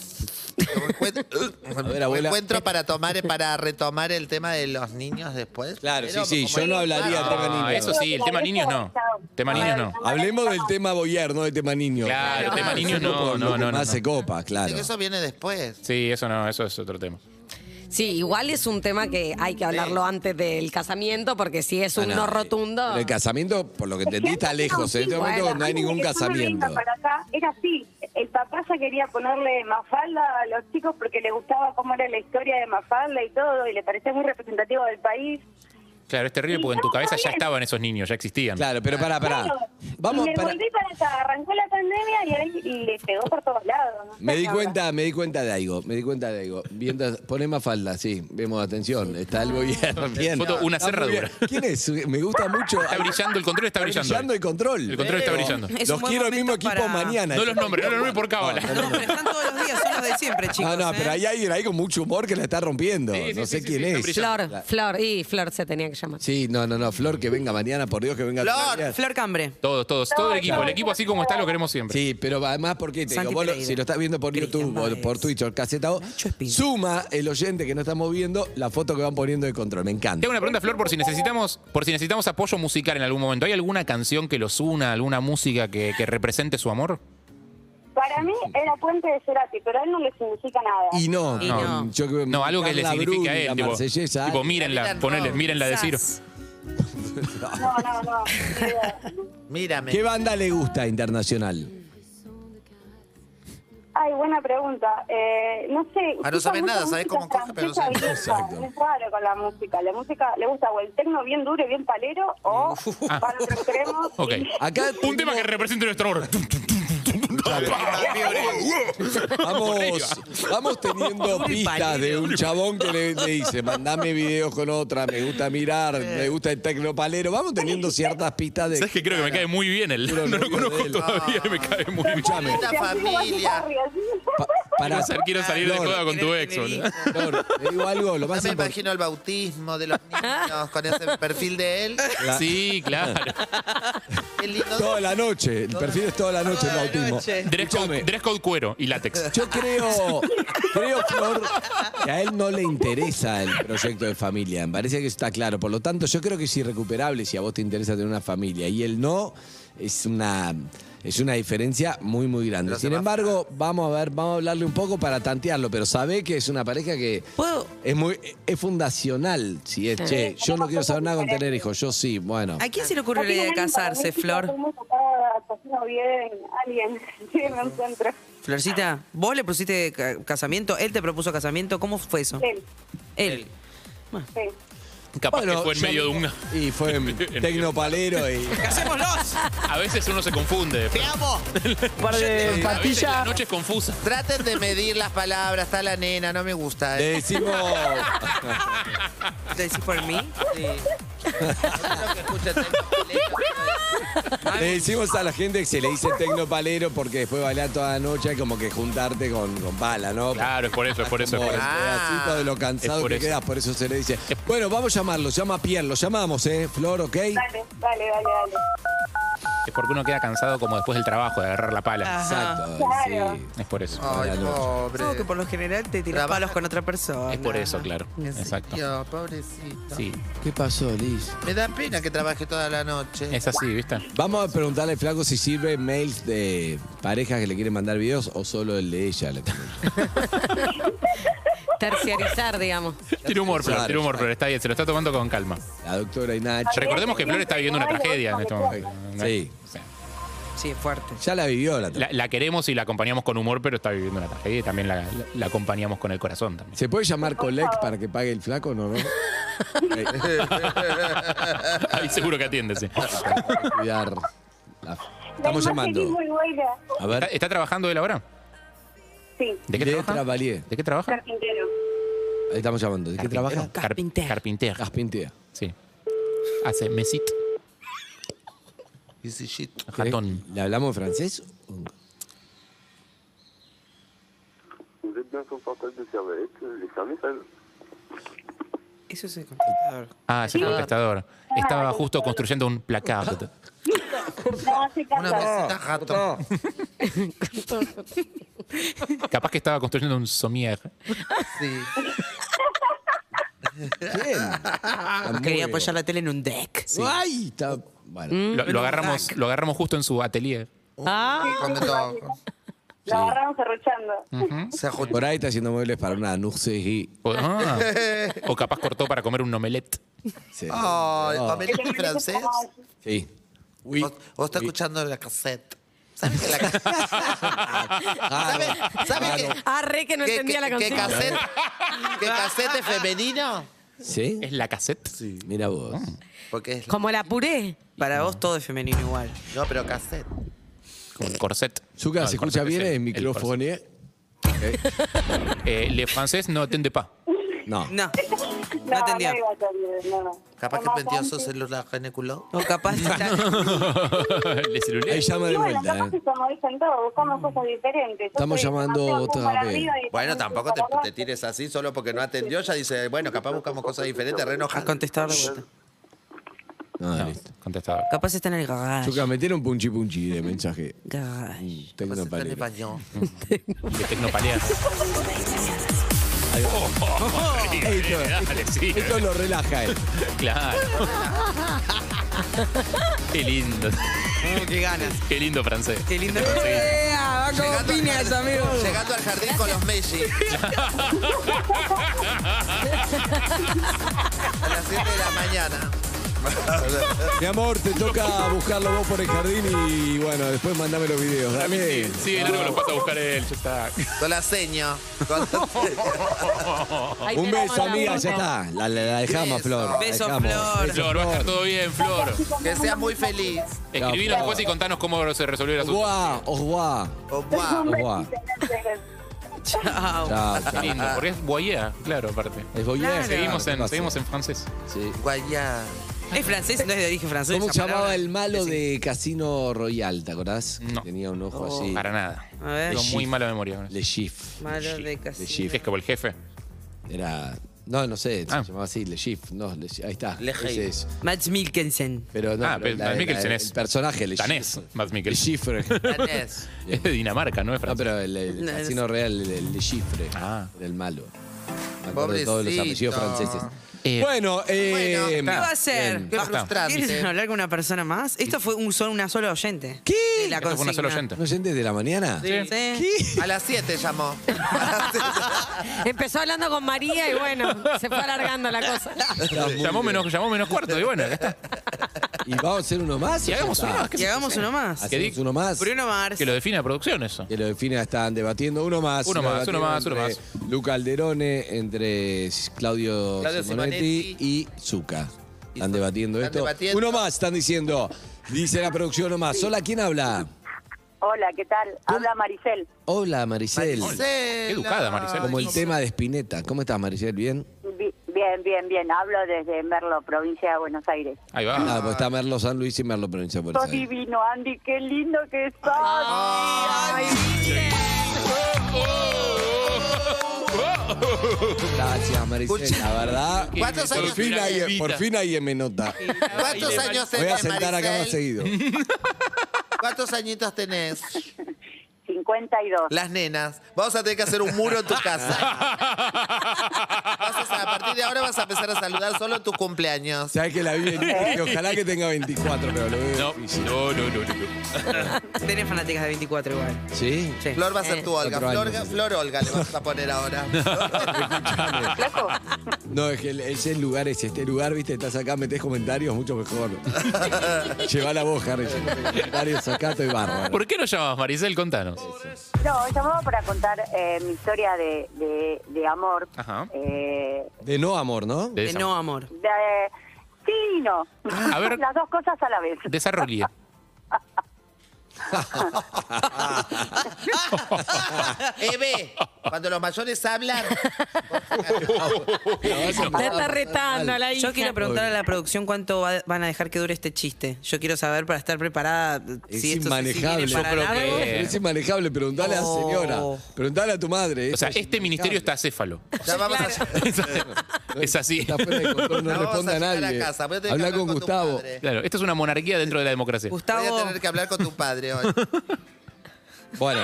S3: encuentro,
S2: ver, abuela.
S3: encuentro para tomar para retomar el tema de los niños después.
S2: Claro,
S3: Pero
S2: sí, sí,
S3: como
S2: yo no
S3: es-
S2: hablaría del tema
S4: Ah,
S2: niños.
S4: eso sí, el tema niños no. Tema niños no.
S2: Hablemos del tema boyer, no del tema niño.
S4: Claro, tema niño no,
S2: por lo
S4: no,
S2: que
S4: no, no,
S2: Más
S4: no.
S2: se copa, claro.
S3: que Eso viene después.
S4: Sí, eso no, eso es otro tema.
S1: Sí, igual es un tema que hay que hablarlo antes del casamiento, porque si es un
S2: Ah,
S1: no
S2: eh,
S1: rotundo.
S2: pero El casamiento, por lo que entendí, está lejos. En este momento
S6: ¿eh?
S2: no hay ningún casamiento.
S6: Para acá, era así. El papá ya quería ponerle Mafalda a los chicos porque le gustaba cómo era la historia de Mafalda y todo, y le parecía muy representativo del país.
S4: Claro, es terrible porque en tu cabeza ya estaban esos niños, ya existían.
S2: Claro, pero pará, pará.
S6: Claro.
S2: Vamos,
S6: y me
S2: pará.
S6: volví para acá, arrancó la pandemia y, ahí- y le pegó por todos lados. no sé
S2: Me di
S6: qué
S2: cuenta, me di cuenta de algo, me di cuenta de algo. Viendo, poné más falda, sí, vemos atención, está el boyer. Bien.
S4: Foto, una
S2: Está muy
S4: cerradura.
S2: bien. ¿Quién es? Me gusta mucho.
S4: Está brillando, el control está brillando.
S2: el control.
S4: El control está brillando.
S5: Es un
S2: Los
S5: buen
S2: quiero el mismo
S5: momento
S2: equipo
S5: para-
S2: mañana.
S4: No los nombres, no los nombres por cábala.
S2: No,
S5: No, pero están todos los días, son los de
S4: Ah,
S5: siempre,
S2: Ah, No,
S5: chicos.
S2: no,
S5: ¿eh?
S2: pero hay alguien ahí con mucho humor que la está rompiendo.
S4: Sí, sí,
S2: no
S4: sí,
S2: sé
S4: sí,
S2: quién
S4: sí, está
S2: es.
S4: brillando.
S1: Flor, Flor, y Flor se tenía que llamar.
S2: Sí, no, no, no. Flor, que venga mañana, por Dios, que venga.
S3: Flor,
S2: mañana.
S5: Flor Cambre.
S4: Todos, todos, todo el equipo. El equipo así como está lo queremos siempre.
S2: Sí, pero además porque te digo,
S5: Santi
S2: vos lo-
S5: Pereira.
S2: si lo estás viendo por
S5: Cristian
S2: YouTube o
S5: Baez.
S2: por Twitch o Caseta O,
S5: Nacho Espino.
S2: suma el oyente que no estamos viendo la foto que van poniendo de control. Me encanta.
S4: Tengo una pregunta, Flor, por si necesitamos, por si necesitamos apoyo musical en algún momento. ¿Hay alguna canción que los una, alguna música que, que represente su amor?
S6: onda. Para mí era Puente de Cerati, pero a él no le significa nada.
S2: Y no,
S5: Y no.
S2: yo creo
S4: No, algo que le
S2: Carla
S4: signifique a
S2: Bruni,
S4: él.
S2: la
S4: Tipo,
S2: Marsellesa,
S4: tipo,
S2: algo.
S4: mírenla,
S5: Miran,
S4: ponele,
S5: no,
S4: mírenla
S5: quizás.
S4: decir.
S6: No, no, no. ni idea.
S3: Mírame.
S2: ¿Qué banda le gusta internacional?
S6: Ay, buena pregunta. Eh, no sé.
S3: Ah, no sabes
S6: mucha
S3: nada, sabes
S6: música
S3: cómo coge, pero no
S6: francesa
S3: sabes.
S6: vieja.
S2: Exacto.
S6: Es raro con la música. La música le gusta o el tecno bien duro y bien palero o
S3: Mm.
S4: Ah.
S6: para otro extremo.
S4: Ok.
S2: Acá
S4: Un tema que represente nuestro amor.
S2: Vamos, vamos teniendo
S5: Duro y
S2: pistas de
S5: pálido.
S2: un chabón que le, le dice, mandame videos con otra, me gusta mirar, me gusta el tecnopalero. Vamos teniendo ciertas pistas de...
S4: ¿Sabes que creo que me cae muy bien él?
S2: Puro
S4: No lo
S2: novio de
S4: conozco
S2: él.
S4: todavía y me cae muy bien.
S2: Escuchame.
S3: Esta
S6: Y así lo vas a
S3: familia.
S6: Harry, así.
S2: pa- para,
S4: Quiero ser- quiero salir de
S2: Flor,
S4: joda con tu
S5: querer
S4: ex,
S5: tener
S4: boludo.
S5: hijos.
S2: Flor, te digo algo,
S3: Ya
S2: lo más
S3: me
S2: importante...
S3: imagino el bautismo de los niños con ese perfil de él.
S4: Sí, claro.
S3: Qué lindo.
S2: Toda la noche, el perfil es toda la noche el
S5: Toda la
S2: bautismo.
S5: noche.
S4: Dress
S2: Escuchame.
S4: code, dress code cuero y látex.
S2: Yo creo, creo, Flor, que a él no le interesa el proyecto de familia. Me parece que está claro. Por lo tanto, yo creo que es irrecuperable si a vos te interesa tener una familia. Y él no, es una. Es una diferencia muy, muy grande.
S3: Pero se
S2: Sin
S3: va a
S2: embargo, vamos a ver, vamos a hablarle un poco para tantearlo, pero sabe que es una pareja que
S5: ¿Puedo?
S2: es muy es fundacional. Si es, che, yo no quiero saber nada con tener hijos, yo sí, bueno.
S5: ¿A quién se le ocurrió la
S6: Así
S5: idea de
S6: que alguien para
S5: casarse,
S6: mí,
S5: Flor?
S6: chicos, muy tocada, cocino bien, alguien, llévenme a un centro.
S5: Florcita, vos le pusiste ca- casamiento, él te propuso casamiento, ¿cómo fue eso?
S6: Él,
S5: Él.
S6: sí.
S4: Capaz que
S2: Bueno,
S4: fue en
S2: ya-
S4: medio de un.
S2: Y fue en tecnopalero y...
S5: ¡Casémoslos!
S4: A veces uno se confunde.
S3: Te amo.
S7: par de
S4: A veces la
S7: pastillas.
S4: noche es confusa.
S3: Traten de medir las palabras. Está la nena, no me gusta.
S2: Le
S3: eh.
S2: decimos...
S5: ¿Te decís por mí?
S2: Le decimos a la gente que se le dice tecnopalero porque después bailar toda la noche hay como que juntarte con, con bala, ¿no?
S4: Claro, es por eso, es por eso. es
S2: Como
S4: por
S2: el
S4: eso.
S2: pedacito de lo
S4: Es
S2: cansado
S4: por
S2: que
S4: eso.
S2: quedas, por eso se le dice. Bueno, vamos a llamarlo, llama a Pierre, lo llamamos, ¿eh? Flor, ¿ok?
S6: Dale, dale, dale, dale.
S4: Es porque uno queda cansado como después del trabajo de agarrar la
S3: Ah.
S4: pala.
S2: Exacto,
S6: Claro.
S2: sí.
S4: Es por eso.
S3: Ay, pobre.
S5: No, que por lo general te tiras
S3: Trabaja-
S5: palos con otra persona.
S4: Es
S3: Ah.
S4: por eso, claro. Exacto.
S3: Dios, pobrecito.
S4: Sí,
S2: ¿Qué pasó, Liz?
S3: Me da pena que trabaje toda la noche.
S4: es así, ¿viste?
S2: Vamos a preguntarle a Flaco si sirve mails de parejas que le quieren mandar videos o solo el de ella. le-
S1: Terciarizar, digamos.
S4: Tiene humor, Flor,
S2: Claro,
S4: tiene humor, Flor. Está bien, se lo está tomando con calma.
S2: La doctora y Nacho.
S4: Recordemos que Flor está viviendo una tragedia en este momento.
S2: Sí.
S5: Sí, es fuerte.
S2: Ya la vivió la
S4: La, la queremos y la acompañamos con humor, pero está viviendo una tragedia y también la, la- la acompañamos con el corazón también.
S2: ¿Se puede llamar Colec para que pague el flaco no, no?
S4: Ahí seguro que atiende, sí.
S2: Cuidar. la- Estamos
S6: Es
S2: llamando.
S6: muy buena.
S2: A
S4: ¿Está,
S2: ver.
S4: está trabajando él ahora?
S6: Sí,
S4: Eh, ¿De qué
S2: De
S4: trabaja?
S2: Travalier.
S4: ¿De qué trabaja?
S6: carpintero.
S2: Ahí estamos llamando. ¿De qué trabaja? Ah.
S4: Car-
S5: Carpintero.
S4: Carpintero.
S2: Gaspintea.
S4: Sí. Hace mesit.
S3: Easy shit.
S4: Jatón.
S2: ¿Le hablamos en francés?
S8: Vous êtes bien sur le portable de Servalette, euh, laissez un message.
S5: Eso es el computador.
S4: Ah, es el contestador. Estaba justo construyendo un placard.
S6: No, hace
S3: Una
S6: casa.
S3: mesita jato.
S4: Capaz que estaba construyendo un somier.
S3: Sí.
S2: ¿Quién? Está muy
S5: Quería
S2: bien.
S5: apoyar la tele en un deck.
S2: Sí. Ay, está. Bueno.
S4: Lo, lo agarramos, lo agarramos justo en su atelier.
S1: Ah,
S3: Come todo.
S6: Lo agarramos arrochando.
S3: Se ajustó.
S2: Por ahí está haciendo muebles para una Nuxi. y-
S4: O, ah. O capaz cortó para comer un omelette.
S2: Sí.
S3: Ay,
S2: No.
S3: Pamela es francés.
S2: Sí. Oui.
S3: Vos, vos está escuchando la cassette. ¿Sabes que la cassette? ¿Sabes sabe que,
S1: ah, re que no
S3: que,
S1: entendía la
S3: que, que
S1: canción.
S3: cassette, que cassette es femenino?
S2: ¿Sí?
S4: ¿Es la cassette?
S2: Mira vos.
S3: Porque es.
S1: Como la puré.
S5: Para vos todo es femenino igual.
S3: No, pero cassette.
S4: Como el corset.
S2: Zuka,
S4: No,
S2: ¿se
S4: el
S2: escucha
S4: corset
S2: bien eh,
S4: es
S2: el,
S4: el-
S2: micrófono?
S4: el corset. Eh, le francés no entiende pas.
S2: No.
S5: No, no
S6: No, no
S5: entendía.
S6: iba a salir, no.
S3: Capaz que
S6: Como
S3: metió
S6: antes.
S3: su celular en el culo.
S5: O capaz está-
S4: le
S2: Ahí
S4: celular.
S2: llama de
S6: Y bueno,
S2: vuelta.
S6: capaz
S2: ¿eh?
S6: que como dicen todos, buscamos cosas diferentes. Yo
S2: Estamos
S6: soy
S2: llamando
S6: demasiado
S2: otra
S6: pum para
S2: vez.
S6: arriba y
S3: Mm. Bueno, tampoco te,
S6: para
S3: te
S6: abajo.
S3: tires así solo porque no atendió. Ya dice, bueno, capaz buscamos cosas diferentes, re
S4: Ah,
S5: a
S3: enojada.
S5: contestar de vuelta.
S2: No,
S4: No,
S2: listo.
S4: contestaba.
S5: Capaz está en el garage.
S2: Zuka, metieron un punchi punchi de mensaje.
S5: Garage.
S2: Tengo
S3: Capaz
S2: una
S3: Pues está en el
S2: paleta.
S3: baño.
S4: De tecnopalear.
S2: Esto,
S4: Dale, sí. eh,
S2: esto lo relaja eh. él.
S4: Claro. Qué lindo.
S5: Uh, qué ganas.
S4: Qué lindo francés.
S5: Qué lindo.
S1: ¡Ea! Va como piñas, amigo.
S3: Llegando al jardín con los Messi. A las 7 de la mañana.
S2: Mi amor, te toca buscarlo vos por el jardín y bueno, después mandame los videos. Dame.
S4: Sí, el largo lo pasa a buscar él. Ya está.
S3: Con la seña. Con-
S1: Ahí
S2: Un
S1: te
S2: beso,
S1: damos la
S2: amiga, ya
S1: foto.
S2: está. La, la- la dejamos,
S3: Beso.
S2: Flor. la
S5: Beso,
S2: dejamos.
S5: Flor.
S4: Flor, va a estar todo bien, Flor.
S3: que seas muy feliz.
S4: Escribinos después y contanos cómo se resolvió el
S2: Au
S4: asunto.
S2: revoir, au revoir,
S3: Oh,
S2: au
S3: wow.
S2: revoir.
S5: Chao.
S2: Chao,
S4: Qué
S2: chao.
S4: lindo, porque es boyer, claro, aparte.
S2: Es Boyer.
S5: Claro.
S4: Seguimos,
S2: ¿qué
S4: en,
S2: pasa?
S4: seguimos en francés.
S2: Sí.
S3: Guayá.
S5: Es francés, no es de origen francés.
S2: ¿Cómo
S5: esa
S2: se llamaba
S5: palabra.
S2: el malo de Casino Royal, te acordás?
S4: No.
S2: Tenía un ojo
S5: Oh.
S3: Oh.
S2: así.
S4: Para nada.
S5: A
S4: Tengo
S5: ver.
S2: Le
S4: muy
S2: Chiffre.
S4: mala memoria. con eso.
S2: Le Chiffre.
S5: Malo de
S2: Le
S5: casino.
S2: Chiffre.
S4: ¿Es como el jefe?
S2: Era. No, no sé,
S4: Ah.
S2: se llamaba así, Le Chiffre. No, Le Chiffre. Ahí está.
S3: Le
S2: ese
S3: Chiffre.
S2: es.
S5: Mads Mikkelsen.
S2: Pero no,
S4: Ah, pero Mads Mikkelsen
S2: el
S4: es
S2: personaje, Le
S4: Danés,
S2: Chiffre.
S4: Mads
S2: Le
S4: Mikkelsen.
S2: Chiffre.
S3: Danés.
S4: Es de Dinamarca, no es
S2: No,
S4: francés.
S2: pero el, el
S5: No, no
S2: Casino Real, el, el de Chifre,
S4: Ah.
S2: del malo. Me acuerdo de todos los
S3: Pobrecito.
S2: apellidos franceses.
S4: Eh,
S2: bueno, eh,
S3: Bueno,
S5: ¿Qué va a hacer?
S2: bien.
S3: Qué
S4: Basta.
S5: ¿Quieres
S3: frustrante.
S5: hablar con una persona más? Esto fue un solo, una sola oyente.
S2: ¿Qué?
S5: De la
S4: Esto fue una sola
S5: consigna.
S4: oyente.
S2: ¿No oyentes de la mañana?
S5: Sí.
S3: A las 7 llamó. A las siete.
S1: Empezó hablando con María y bueno, se fue alargando la cosa.
S4: Llamó menos, llamó menos cuarto y bueno, acá está.
S2: ¿Y vamos a hacer uno más?
S4: Y hagamos uno más.
S5: Y hagamos uno más.
S4: Que
S2: Hacemos
S4: di-
S2: uno más.
S5: Bruno Mars.
S4: Que lo define la producción eso.
S2: Que lo define, están debatiendo uno más.
S4: Uno
S2: Lo
S4: más, uno
S2: debatieron
S4: más, uno
S2: entre Luca Alderone, entre Claudio,
S3: Claudio
S2: Simonetti
S3: Simonetti.
S2: y Zucca. Están
S3: Y-
S2: debatiendo
S3: están
S2: esto.
S3: debatiendo.
S2: Uno más, están diciendo. Dice la producción uno más. Hola, ¿quién habla?
S6: Hola, ¿qué tal? Habla Maricel.
S2: Hola, Maricel.
S3: Maricela.
S4: Qué educada, Maricela.
S2: Como el tema de Spinetta. ¿Cómo estás, Maricel? ¿Bien?
S6: Bi- Bien, bien, bien. Hablo desde Merlo, provincia de Buenos Aires.
S4: Ahí
S2: Ah,
S4: va.
S2: pues está Merlo San Luis y Merlo Provincia de Buenos
S6: Sos
S2: Aires.
S6: divino, Andy. Qué lindo que estás. Ay,
S2: Gracias, Maricel.
S3: Escucha.
S2: La verdad.
S3: ¿Cuántos
S2: Por
S3: años
S2: fin,
S3: tenés?
S4: eh,
S2: alguien, por fin alguien me nota.
S3: ¿Cuántos años
S2: Voy a
S3: tenés,
S2: sentar acá más
S3: Maricel?
S2: seguido.
S3: ¿Cuántos añitos tenés?
S6: 52.
S3: Las nenas. Vamos a tener que hacer un muro en tu casa. Vas a, a partir de ahora vas a empezar a saludar solo en tus cumpleaños.
S2: Sabes que la vi venir, y Ojalá que tenga 24, pero lo veo
S4: No,
S2: difícil.
S4: no, no, no, no.
S5: Tenés fanáticas de 24 igual.
S2: ¿Sí?
S5: Sí.
S3: Flor va a ser tu Olga.
S2: Otro
S3: Flor,
S2: año.
S3: Flor Olga le vas a poner ahora.
S6: Flaco,
S2: No, es que el- ese lugar es este lugar, viste, estás acá, metés comentarios, mucho mejor. Lleva la voz, Harry. yo no tengo Comentarios acá, estoy bárbaro.
S4: ¿Por qué no llamabas, Maricel? Contanos.
S6: No, llamaba para contar eh, mi historia de, de, de amor.
S4: Ajá.
S6: Eh,
S2: De no amor, ¿no?
S5: De no amor.
S6: de- sí y no.
S4: A ver.
S6: Las dos cosas a la vez.
S4: Desarrollé.
S3: Eve, cuando los mayores hablan.
S1: La está retando a la hija.
S5: Yo quiero preguntar a la producción cuánto va- van a dejar que dure este chiste. Yo quiero saber para estar preparada
S2: Es
S5: si esto se- si
S2: inmanejable.
S5: viene
S2: Yo
S5: para
S4: creo
S5: largo.
S4: que-
S2: Es inmanejable, preguntale a la
S5: Oh.
S2: señora. Preguntale a tu madre.
S4: O sea,
S2: eso es
S4: este ministerio está acéfalo.
S3: Ya vamos a,
S4: Es así.
S2: Está fuera de control,
S3: No
S2: no
S3: vamos
S2: responde
S3: a
S2: a
S3: llegar
S2: nadie.
S3: a casa, voy a tener que
S2: Habla
S3: hablar
S2: con,
S3: con tu
S2: Gustavo.
S3: padre.
S4: Claro, esta es una monarquía dentro de la democracia.
S3: voy a
S5: Gustavo,
S3: tener que hablar con tu padre hoy.
S2: Bueno.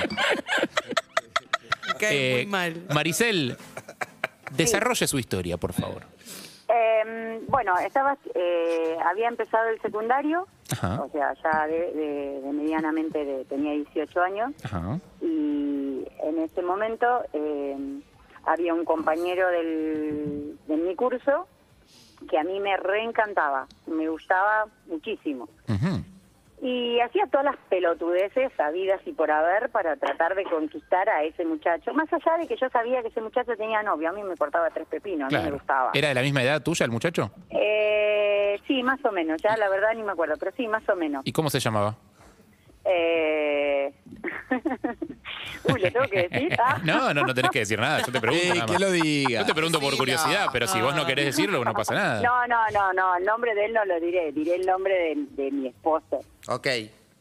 S5: cae muy mal.
S4: eh, Maricel, desarrolle su historia, por favor.
S6: Eh, bueno, estaba, eh, había empezado el secundario,
S4: Ajá.
S6: o sea, ya de, de- de medianamente de- tenía 18 años
S4: Ajá.
S6: y en ese momento eh, había un compañero del, de mi curso que a mí me reencantaba, me gustaba muchísimo.
S4: Ujú.
S6: Y hacía todas las pelotudeces habidas y por haber para tratar de conquistar a ese muchacho. Más allá de que yo sabía que ese muchacho tenía novio, a mí me cortaba tres pepinos, a mí me
S4: Claro.
S6: gustaba.
S4: ¿Era de la misma edad tuya el muchacho?
S6: Eh, sí, más o menos, ya la verdad ni me acuerdo, pero sí, más o menos.
S4: ¿Y cómo se llamaba?
S6: Eh... Uy, le tengo que decir. Ah.
S4: No, no, no tenés que decir nada. Yo te pregunto.
S2: Eh,
S4: nada
S2: que
S4: más.
S2: lo diga.
S4: Yo te pregunto por
S3: Sí,
S4: curiosidad,
S3: no.
S4: pero si vos no querés decirlo, no pasa nada.
S6: No, no, no, no, el nombre de él no lo diré, diré el nombre de, de mi esposo.
S3: Ok.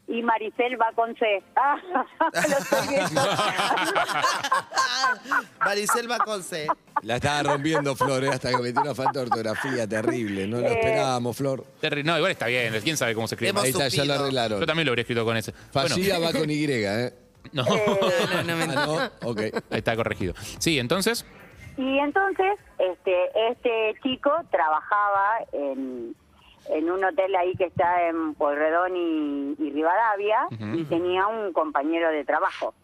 S6: Y Maricel va con C. Ah, lo estoy viendo.
S3: Maricel Baconce.
S2: La estaba rompiendo, Flor, eh, hasta que metió una falta de ortografía terrible. No lo
S6: Eh.
S2: esperábamos, Flor.
S4: Terry- No, igual está bien. ¿Quién sabe cómo se escribe?
S3: Hemos
S2: Ahí está, ya lo
S3: supido.
S4: Yo
S2: arreglaron.
S4: también lo habría escrito con ese. Bueno,
S2: Fallida va con Y, ¿eh?
S4: no.
S5: No, no, mentira.
S2: Ah, no, ok.
S4: Ahí está corregido. Sí, entonces.
S6: Y entonces, este, este chico trabajaba en, en un hotel ahí que está en Pueyrredón y, y Rivadavia y tenía un compañero de trabajo.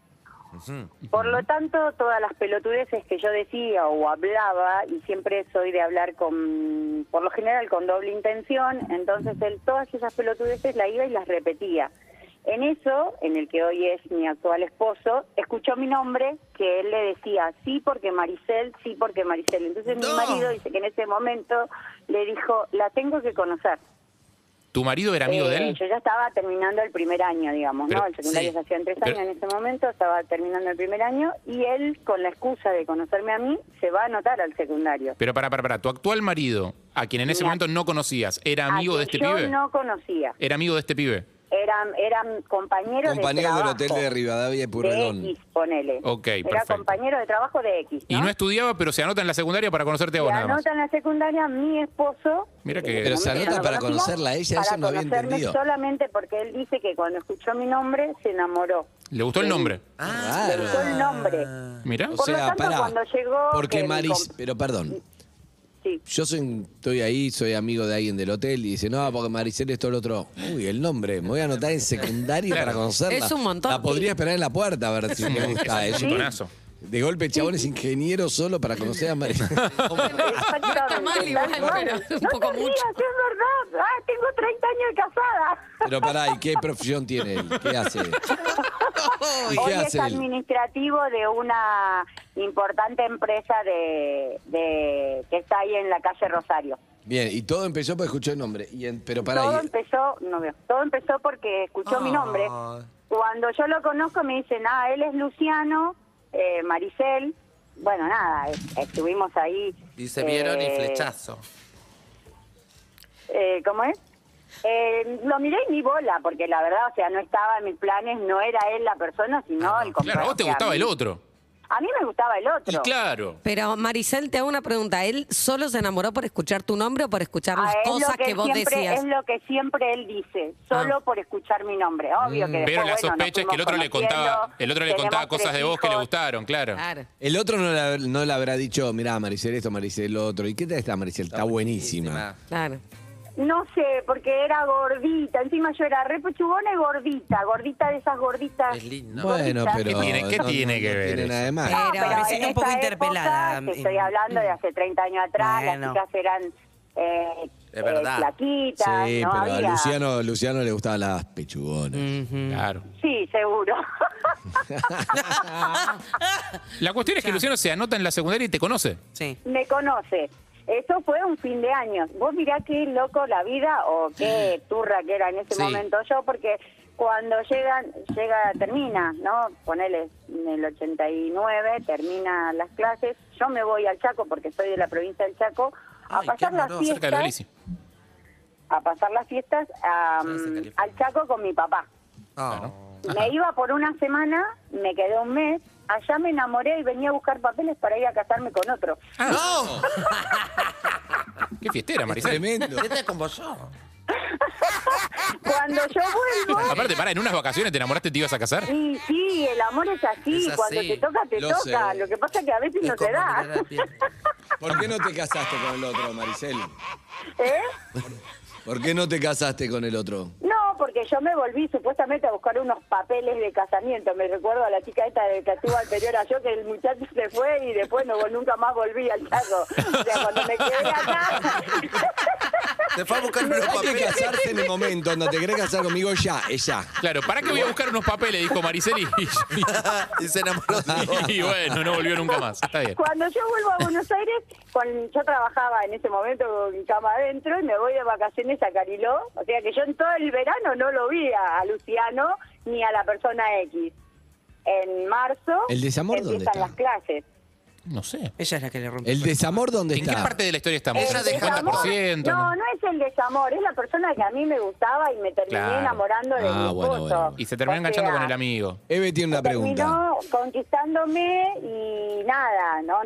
S6: Por lo tanto, todas las pelotudeces que yo decía o hablaba, y siempre soy de hablar con, por lo general, con doble intención, entonces él todas esas pelotudeces la iba y las repetía. En eso, en el que hoy es mi actual esposo, escuchó mi nombre, que él le decía, sí porque Maricel, sí porque Maricel. Entonces mi
S3: No.
S6: marido dice que en ese momento le dijo, la tengo que conocer.
S4: ¿Tu marido era amigo
S6: Eh,
S4: de él?
S6: Yo ya estaba terminando el primer año, digamos,
S4: Pero-
S6: ¿no? El secundario
S3: sí.
S6: se hacía en tres
S4: Pero-
S6: años en ese momento, estaba terminando el primer año y él, con la excusa de conocerme a mí, se va a anotar al secundario.
S4: Pero para, para, para. Tu actual marido, a quien en ese
S6: Mira.
S4: momento no conocías, ¿era
S6: A
S4: amigo de
S6: quien
S4: este
S6: yo
S4: pibe?
S6: no conocía.
S4: Era amigo de este pibe.
S6: Eran, eran compañeros
S2: Compañero
S6: de
S2: del
S6: trabajo.
S2: hotel de Rivadavia y Purredón.
S6: De X, ponele.
S4: Ok,
S6: Era
S4: perfecto.
S6: compañero de trabajo de X,
S4: Y no estudiaba, pero se anota en la secundaria para conocerte a
S6: Se
S4: vos nada más.
S6: anota en la secundaria mi esposo.
S4: Mira que-
S6: en ese
S4: Pero se
S6: momento
S2: anota
S6: yo no
S2: para
S6: conocía,
S2: conocerla a ella,
S6: para
S2: eso no había
S6: conocerme
S2: entendido.
S6: solamente porque él dice que cuando escuchó mi nombre se enamoró.
S4: ¿Le gustó el nombre?
S3: Ah,
S6: Le gustó el nombre.
S4: Mira.
S2: O
S6: Por lo
S2: sea,
S6: tanto,
S2: pará.
S6: cuando llegó,
S2: Porque
S6: que mi
S2: Maris,
S6: comp-
S2: pero perdón,
S6: Sí.
S2: yo soy- estoy ahí, soy amigo de alguien del hotel y dice, no, porque Maricel es todo lo otro. Uy, el nombre, me voy a anotar en secundaria
S4: Claro.
S2: para conocerla.
S1: Es un montón.
S2: La podría esperar en la puerta a ver si me gusta.
S4: es un
S2: Es un-
S4: montonazo.
S2: De golpe, el chabón es ingeniero solo para conocer a Maricel.
S6: Exactamente.
S1: No está mal igual,
S6: tal cual.
S1: pero un
S6: No
S1: poco
S6: te rías,
S1: mucho.
S6: es verdad. Ah, tengo 30 años de casada.
S2: Pero pará, ¿y qué profesión tiene él? ¿Qué hace? ¿Y
S6: Hoy
S2: qué
S6: es
S2: hace él?
S6: administrativo de una importante empresa de, de que está ahí en la calle Rosario.
S2: Bien, y todo empezó por escuchar el nombre. Y en- pero
S6: todo
S2: pará, y-
S6: empezó, no veo, todo empezó porque escuchó mi nombre.
S3: Ah.
S6: Cuando yo lo conozco me dicen, ah, él es Luciano, eh, Maricel. Bueno, nada, es- estuvimos ahí.
S3: Y se vieron y
S6: eh,
S3: flechazo.
S6: eh, ¿Cómo es? Eh, lo miré y ni bola, porque la verdad, o sea, no estaba en mis planes, no era él la persona, sino el compañero.
S4: Ah, Claro, a vos te
S6: O sea,
S4: gustaba
S6: a
S4: el
S6: mí-
S4: otro.
S6: A mí me gustaba el
S4: Y
S6: otro.
S4: claro.
S1: Pero Maricel, te hago una pregunta. ¿Él solo se enamoró por escuchar tu nombre o por escuchar
S6: Ah,
S1: las
S6: es lo
S1: cosas que,
S6: él
S1: vos
S6: siempre,
S1: decías?
S6: Es lo que siempre él dice, solo
S1: Ah.
S6: por escuchar mi nombre. Obvio que
S4: Mm, Pero
S6: después,
S4: la
S6: bueno, nos
S4: sospecha es que el otro le
S6: fuimos
S4: contaba,
S6: conociendo,
S4: el otro le contaba
S6: tenemos
S4: cosas de
S6: tres
S4: vos que le
S6: hijos.
S4: gustaron, claro.
S1: Claro.
S2: el otro no, la- no le habrá dicho, mirá, Maricel esto, Maricel lo otro. ¿Y qué tal está Maricel? Está buenísima.
S1: Claro.
S6: No sé, porque era gordita. Encima yo era re pechugona y gordita. Gordita de esas gorditas.
S3: Es lindo.
S2: Bueno, pero.
S4: ¿Qué tiene- qué
S2: no- no-
S4: tiene que
S2: no
S4: ver
S2: Tiene
S4: eso?
S2: nada de malo.
S1: Pero
S5: parece
S6: en
S5: un poco
S6: esa
S5: interpelada. mm,
S6: época, te estoy hablando de hace 30 años atrás.
S5: Bueno.
S6: Las chicas eran eh,
S3: Es
S6: eh,
S3: verdad.
S6: flaquitas.
S2: Sí,
S6: no
S2: pero a
S6: había-
S2: Luciano, Luciano le gustaban las pechugonas.
S3: Mm.
S6: Mm.
S4: Claro.
S6: Sí, seguro.
S4: La cuestión es que Luciano se anota en la secundaria y te conoce.
S5: Sí.
S6: me conoce. Eso fue un fin de año. Vos mirá qué loco la vida o qué turra que era en ese
S3: Sí.
S6: momento yo, porque cuando llegan, llega, termina, ¿no? Ponele, en el 89 termina las clases. Yo me voy al Chaco porque soy de la provincia del Chaco a
S3: Ay, qué
S6: pasar las
S3: amoroso,
S4: Cerca de la
S6: fiestas,
S4: Belice.
S6: a pasar las fiestas a,
S3: Ya se
S6: mm,
S3: calienta.
S6: al Chaco con mi papá.
S2: Ah.
S3: Oh.
S6: Me iba por una semana, me quedé un mes, allá me enamoré y venía a buscar papeles para ir a casarme con otro.
S3: ¡No!
S4: Qué fiestera, Maricel.
S2: Tremendo.
S6: Este-
S3: Vete como yo.
S6: Cuando yo vuelvo,
S4: Aparte, pará, en unas vacaciones te enamoraste y te ibas a casar.
S6: y sí, el amor es así,
S3: Es así.
S6: cuando te toca, te
S2: Lo
S6: toca.
S2: sé.
S6: Lo que pasa es que a veces
S3: Es
S6: no te
S3: como
S6: da.
S3: mirar a pie.
S2: ¿Por qué no te casaste con el otro, Maricel?
S6: ¿Eh?
S2: ¿Por qué no te casaste con el otro?
S6: No, porque yo me volví supuestamente a buscar unos papeles de casamiento. Me recuerdo a la chica esta de que estuvo anterior a yo, que el muchacho se fue y después no, nunca más volví al cargo. O sea, cuando me quedé acá.
S3: Te fue a buscar unos
S2: Hay que
S3: papeles.
S2: casarse en el momento, no te querés casar conmigo ya, es ya.
S4: Claro, ¿para qué voy a buscar unos papeles? Dijo Mariceli. Y,
S3: Ah, y se enamoró de vos.
S4: y- y bueno, no volvió nunca más. Está bien.
S6: Cuando yo vuelvo a Buenos Aires, con- yo trabajaba en ese momento con cama adentro y me voy de vacaciones a Cariló. O sea que yo en todo el verano no lo vi a, a Luciano ni a la persona X. En marzo
S2: ¿El desamor dónde
S6: empiezan
S2: está?
S6: las clases.
S4: No sé.
S5: Ella es la que le rompe.
S2: ¿El desamor dónde
S4: ¿En qué
S2: está?
S4: parte de la historia estamos?
S3: Ella
S4: ¿En
S3: deja el amor.
S4: 50%?
S6: No, no es el desamor, es la persona que a mí me gustaba y me terminé
S4: Claro.
S6: enamorando de
S2: Ah,
S6: mi
S2: bueno,
S6: esposo.
S2: bueno.
S4: Y se terminó
S6: O
S4: enganchando
S6: sea,
S4: con el amigo.
S2: Eve tiene una pregunta.
S6: Terminó conquistándome y nada, no,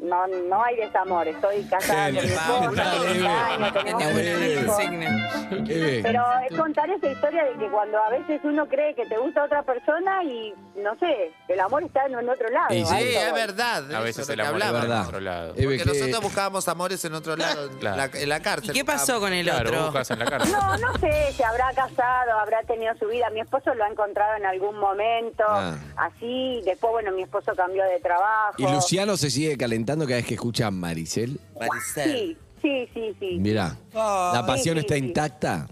S6: no, no hay desamor, estoy casada con mi
S2: Genio.
S6: esposo,
S2: Dale,
S6: ya,
S2: Eve.
S5: Tenés
S6: no tenemos
S5: buena
S2: Eh.
S6: hijos.
S5: consigna.
S2: Eve,
S6: Pero es contar esa historia de que cuando a veces uno cree que te gusta otra persona y no sé, el amor está en, en otro lado.
S2: Y
S6: a
S3: Sí,
S2: Ahí
S6: eso
S3: es
S6: voy.
S3: verdad.
S4: A veces
S3: se
S4: el amor es
S2: hablaban.
S4: verdad.
S2: Verdad.
S4: Otro lado.
S3: Porque
S2: Eve, ¿qué-
S3: nosotros buscábamos amores en otro lado, en
S4: Eh, Claro.
S3: la- en la cárcel.
S5: ¿Y qué pasó con el
S4: Claro, vos
S5: otro?
S4: buscas en la cárcel.
S6: No, no sé, se habrá casado, habrá tenido su vida. Mi esposo lo ha encontrado en algún momento,
S2: Ah.
S6: así. Después, bueno, mi esposo cambió de trabajo.
S2: ¿Y Luciano se sigue calentando cada vez que escucha a Maricel?
S3: Maricel.
S6: Sí, sí, sí, sí.
S2: Mirá, la pasión
S6: Sí, sí,
S2: está
S6: sí.
S2: intacta.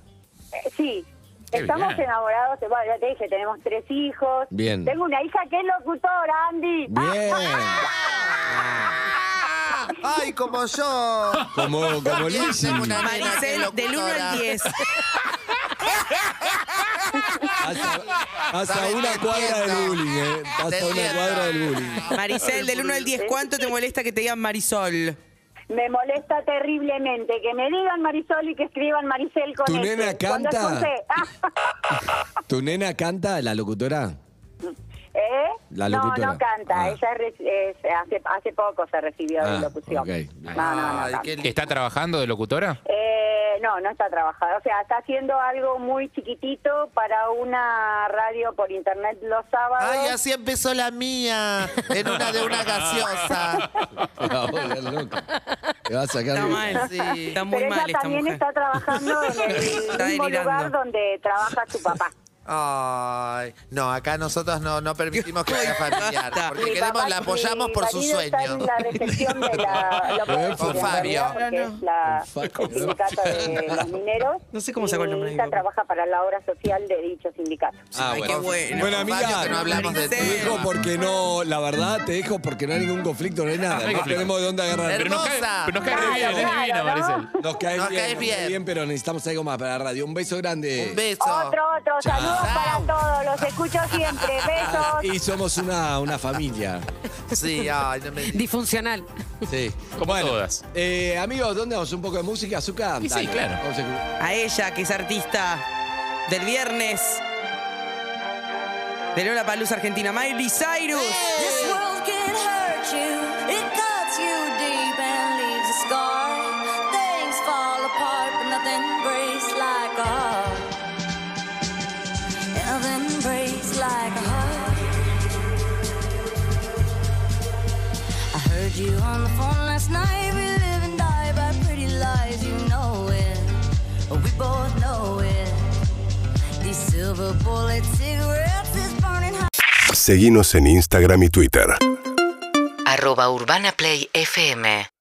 S6: Eh, sí.
S4: Qué
S6: Estamos
S4: bien.
S6: enamorados, bueno, ya te dije, tenemos tres hijos.
S2: Bien.
S6: Tengo una hija que es locutora, Andy.
S2: Bien.
S3: Ay, como yo.
S2: Como, como
S3: Bien,
S2: Lizzy.
S3: tengo una nena que es
S5: Maricel, del 1
S3: locutora.
S5: al 10.
S2: Hasta, hasta
S3: ¿Sabes
S2: una
S3: qué
S2: cuadra
S3: siento?
S2: del bullying, ¿eh? Hasta una
S3: siento.
S2: cuadra del bullying.
S5: Maricel, del 1 al 10, ¿cuánto te molesta que te digan Marisol?
S6: Me molesta terriblemente que me digan Marisol y que escriban Maricel con
S2: ¿Tu
S6: ese.
S2: nena
S6: Cuando es
S2: canta?
S6: con C.
S2: ¿Tu nena canta, la locutora?
S6: ¿Eh?
S2: La
S6: no,
S2: locutora.
S6: no canta.
S2: Ah.
S6: Ella es re- es- hace, hace poco se recibió
S2: Ah,
S6: de locución.
S2: ok.
S6: No, no, no.
S3: Ay,
S6: canta.
S3: qué lindo.
S4: ¿Está trabajando de locutora?
S6: Eh, no, no está trabajando. O sea, está haciendo algo muy chiquitito para una radio por internet los sábados.
S3: Ay, así empezó la mía. En una de una gaseosa.
S2: La voy a volver loca. Ah, Te va a sacar.
S5: Está
S2: de-
S5: mal,
S3: Sí.
S5: está muy
S6: Pero ella
S5: mal esta
S6: también
S5: mujer.
S6: está trabajando en el
S5: Está
S6: mismo
S5: delirando.
S6: lugar donde trabaja su papá.
S3: Ay, no, acá nosotros no, no permitimos que haya familiar.
S5: Basta.
S3: Porque
S6: Mi
S3: queremos,
S6: papá
S3: la
S6: y mi
S3: apoyamos por sus
S6: marido están
S3: sueños.
S6: en la recepción de la... lo puedo decir,
S2: Con
S6: en
S3: Fabio.
S6: realidad, porque
S5: No, no.
S6: es la-
S2: Con Fabio.
S6: el sindicato de los mineros.
S5: No sé cómo
S6: y
S5: sacó el
S6: mi
S5: nombre de mi
S6: hija
S5: papá.
S6: trabaja para la obra social de dicho sindicato.
S2: Ah,
S5: Ay,
S2: bueno.
S5: qué bueno.
S2: Bueno, amiga,
S3: Varios que no hablamos de
S2: te
S3: tema.
S2: dejo porque no, la verdad, te dejo porque no hay ningún conflicto, no hay nada.
S4: No
S2: No,
S4: hay conflicto.
S2: tenemos de dónde agarrar.
S4: Pero nos cae,
S3: Hermosa.
S4: pero nos cae re bien, es
S6: Claro,
S4: divina,
S6: claro, ¿no?
S4: Maricel.
S2: Nos caes
S3: Nos
S2: bien,
S3: caes
S2: nos
S3: bien.
S2: caes bien, pero necesitamos algo más para la radio. Un beso grande.
S3: Un beso.
S6: Otro, otro. Saludos para todos. Los escucho siempre. Besos.
S2: Y somos una, una familia.
S3: Sí, ay, no me
S1: Disfuncional.
S2: Sí.
S4: Como todas.
S2: Eh, amigos, ¿dónde vamos? ¿Un poco de música? ¿Azúcar?
S4: Y sí,
S2: Dale,
S4: claro.
S2: vamos a escuchar.
S5: A ella, que es artista del viernes. De Lola Paluz Argentina, Miley Cyrus.
S7: This world can hurt you. It cuts you deep and leaves a scar. Things fall apart, but nothing breaks like a heart. Nothing breaks like a heart. I heard you on the phone last night. We live and die by pretty lies. You know it. We both know it. These silver bullet cigarettes is burning hot.
S9: Seguinos en Instagram y Twitter.
S10: arroba Urbana Play FM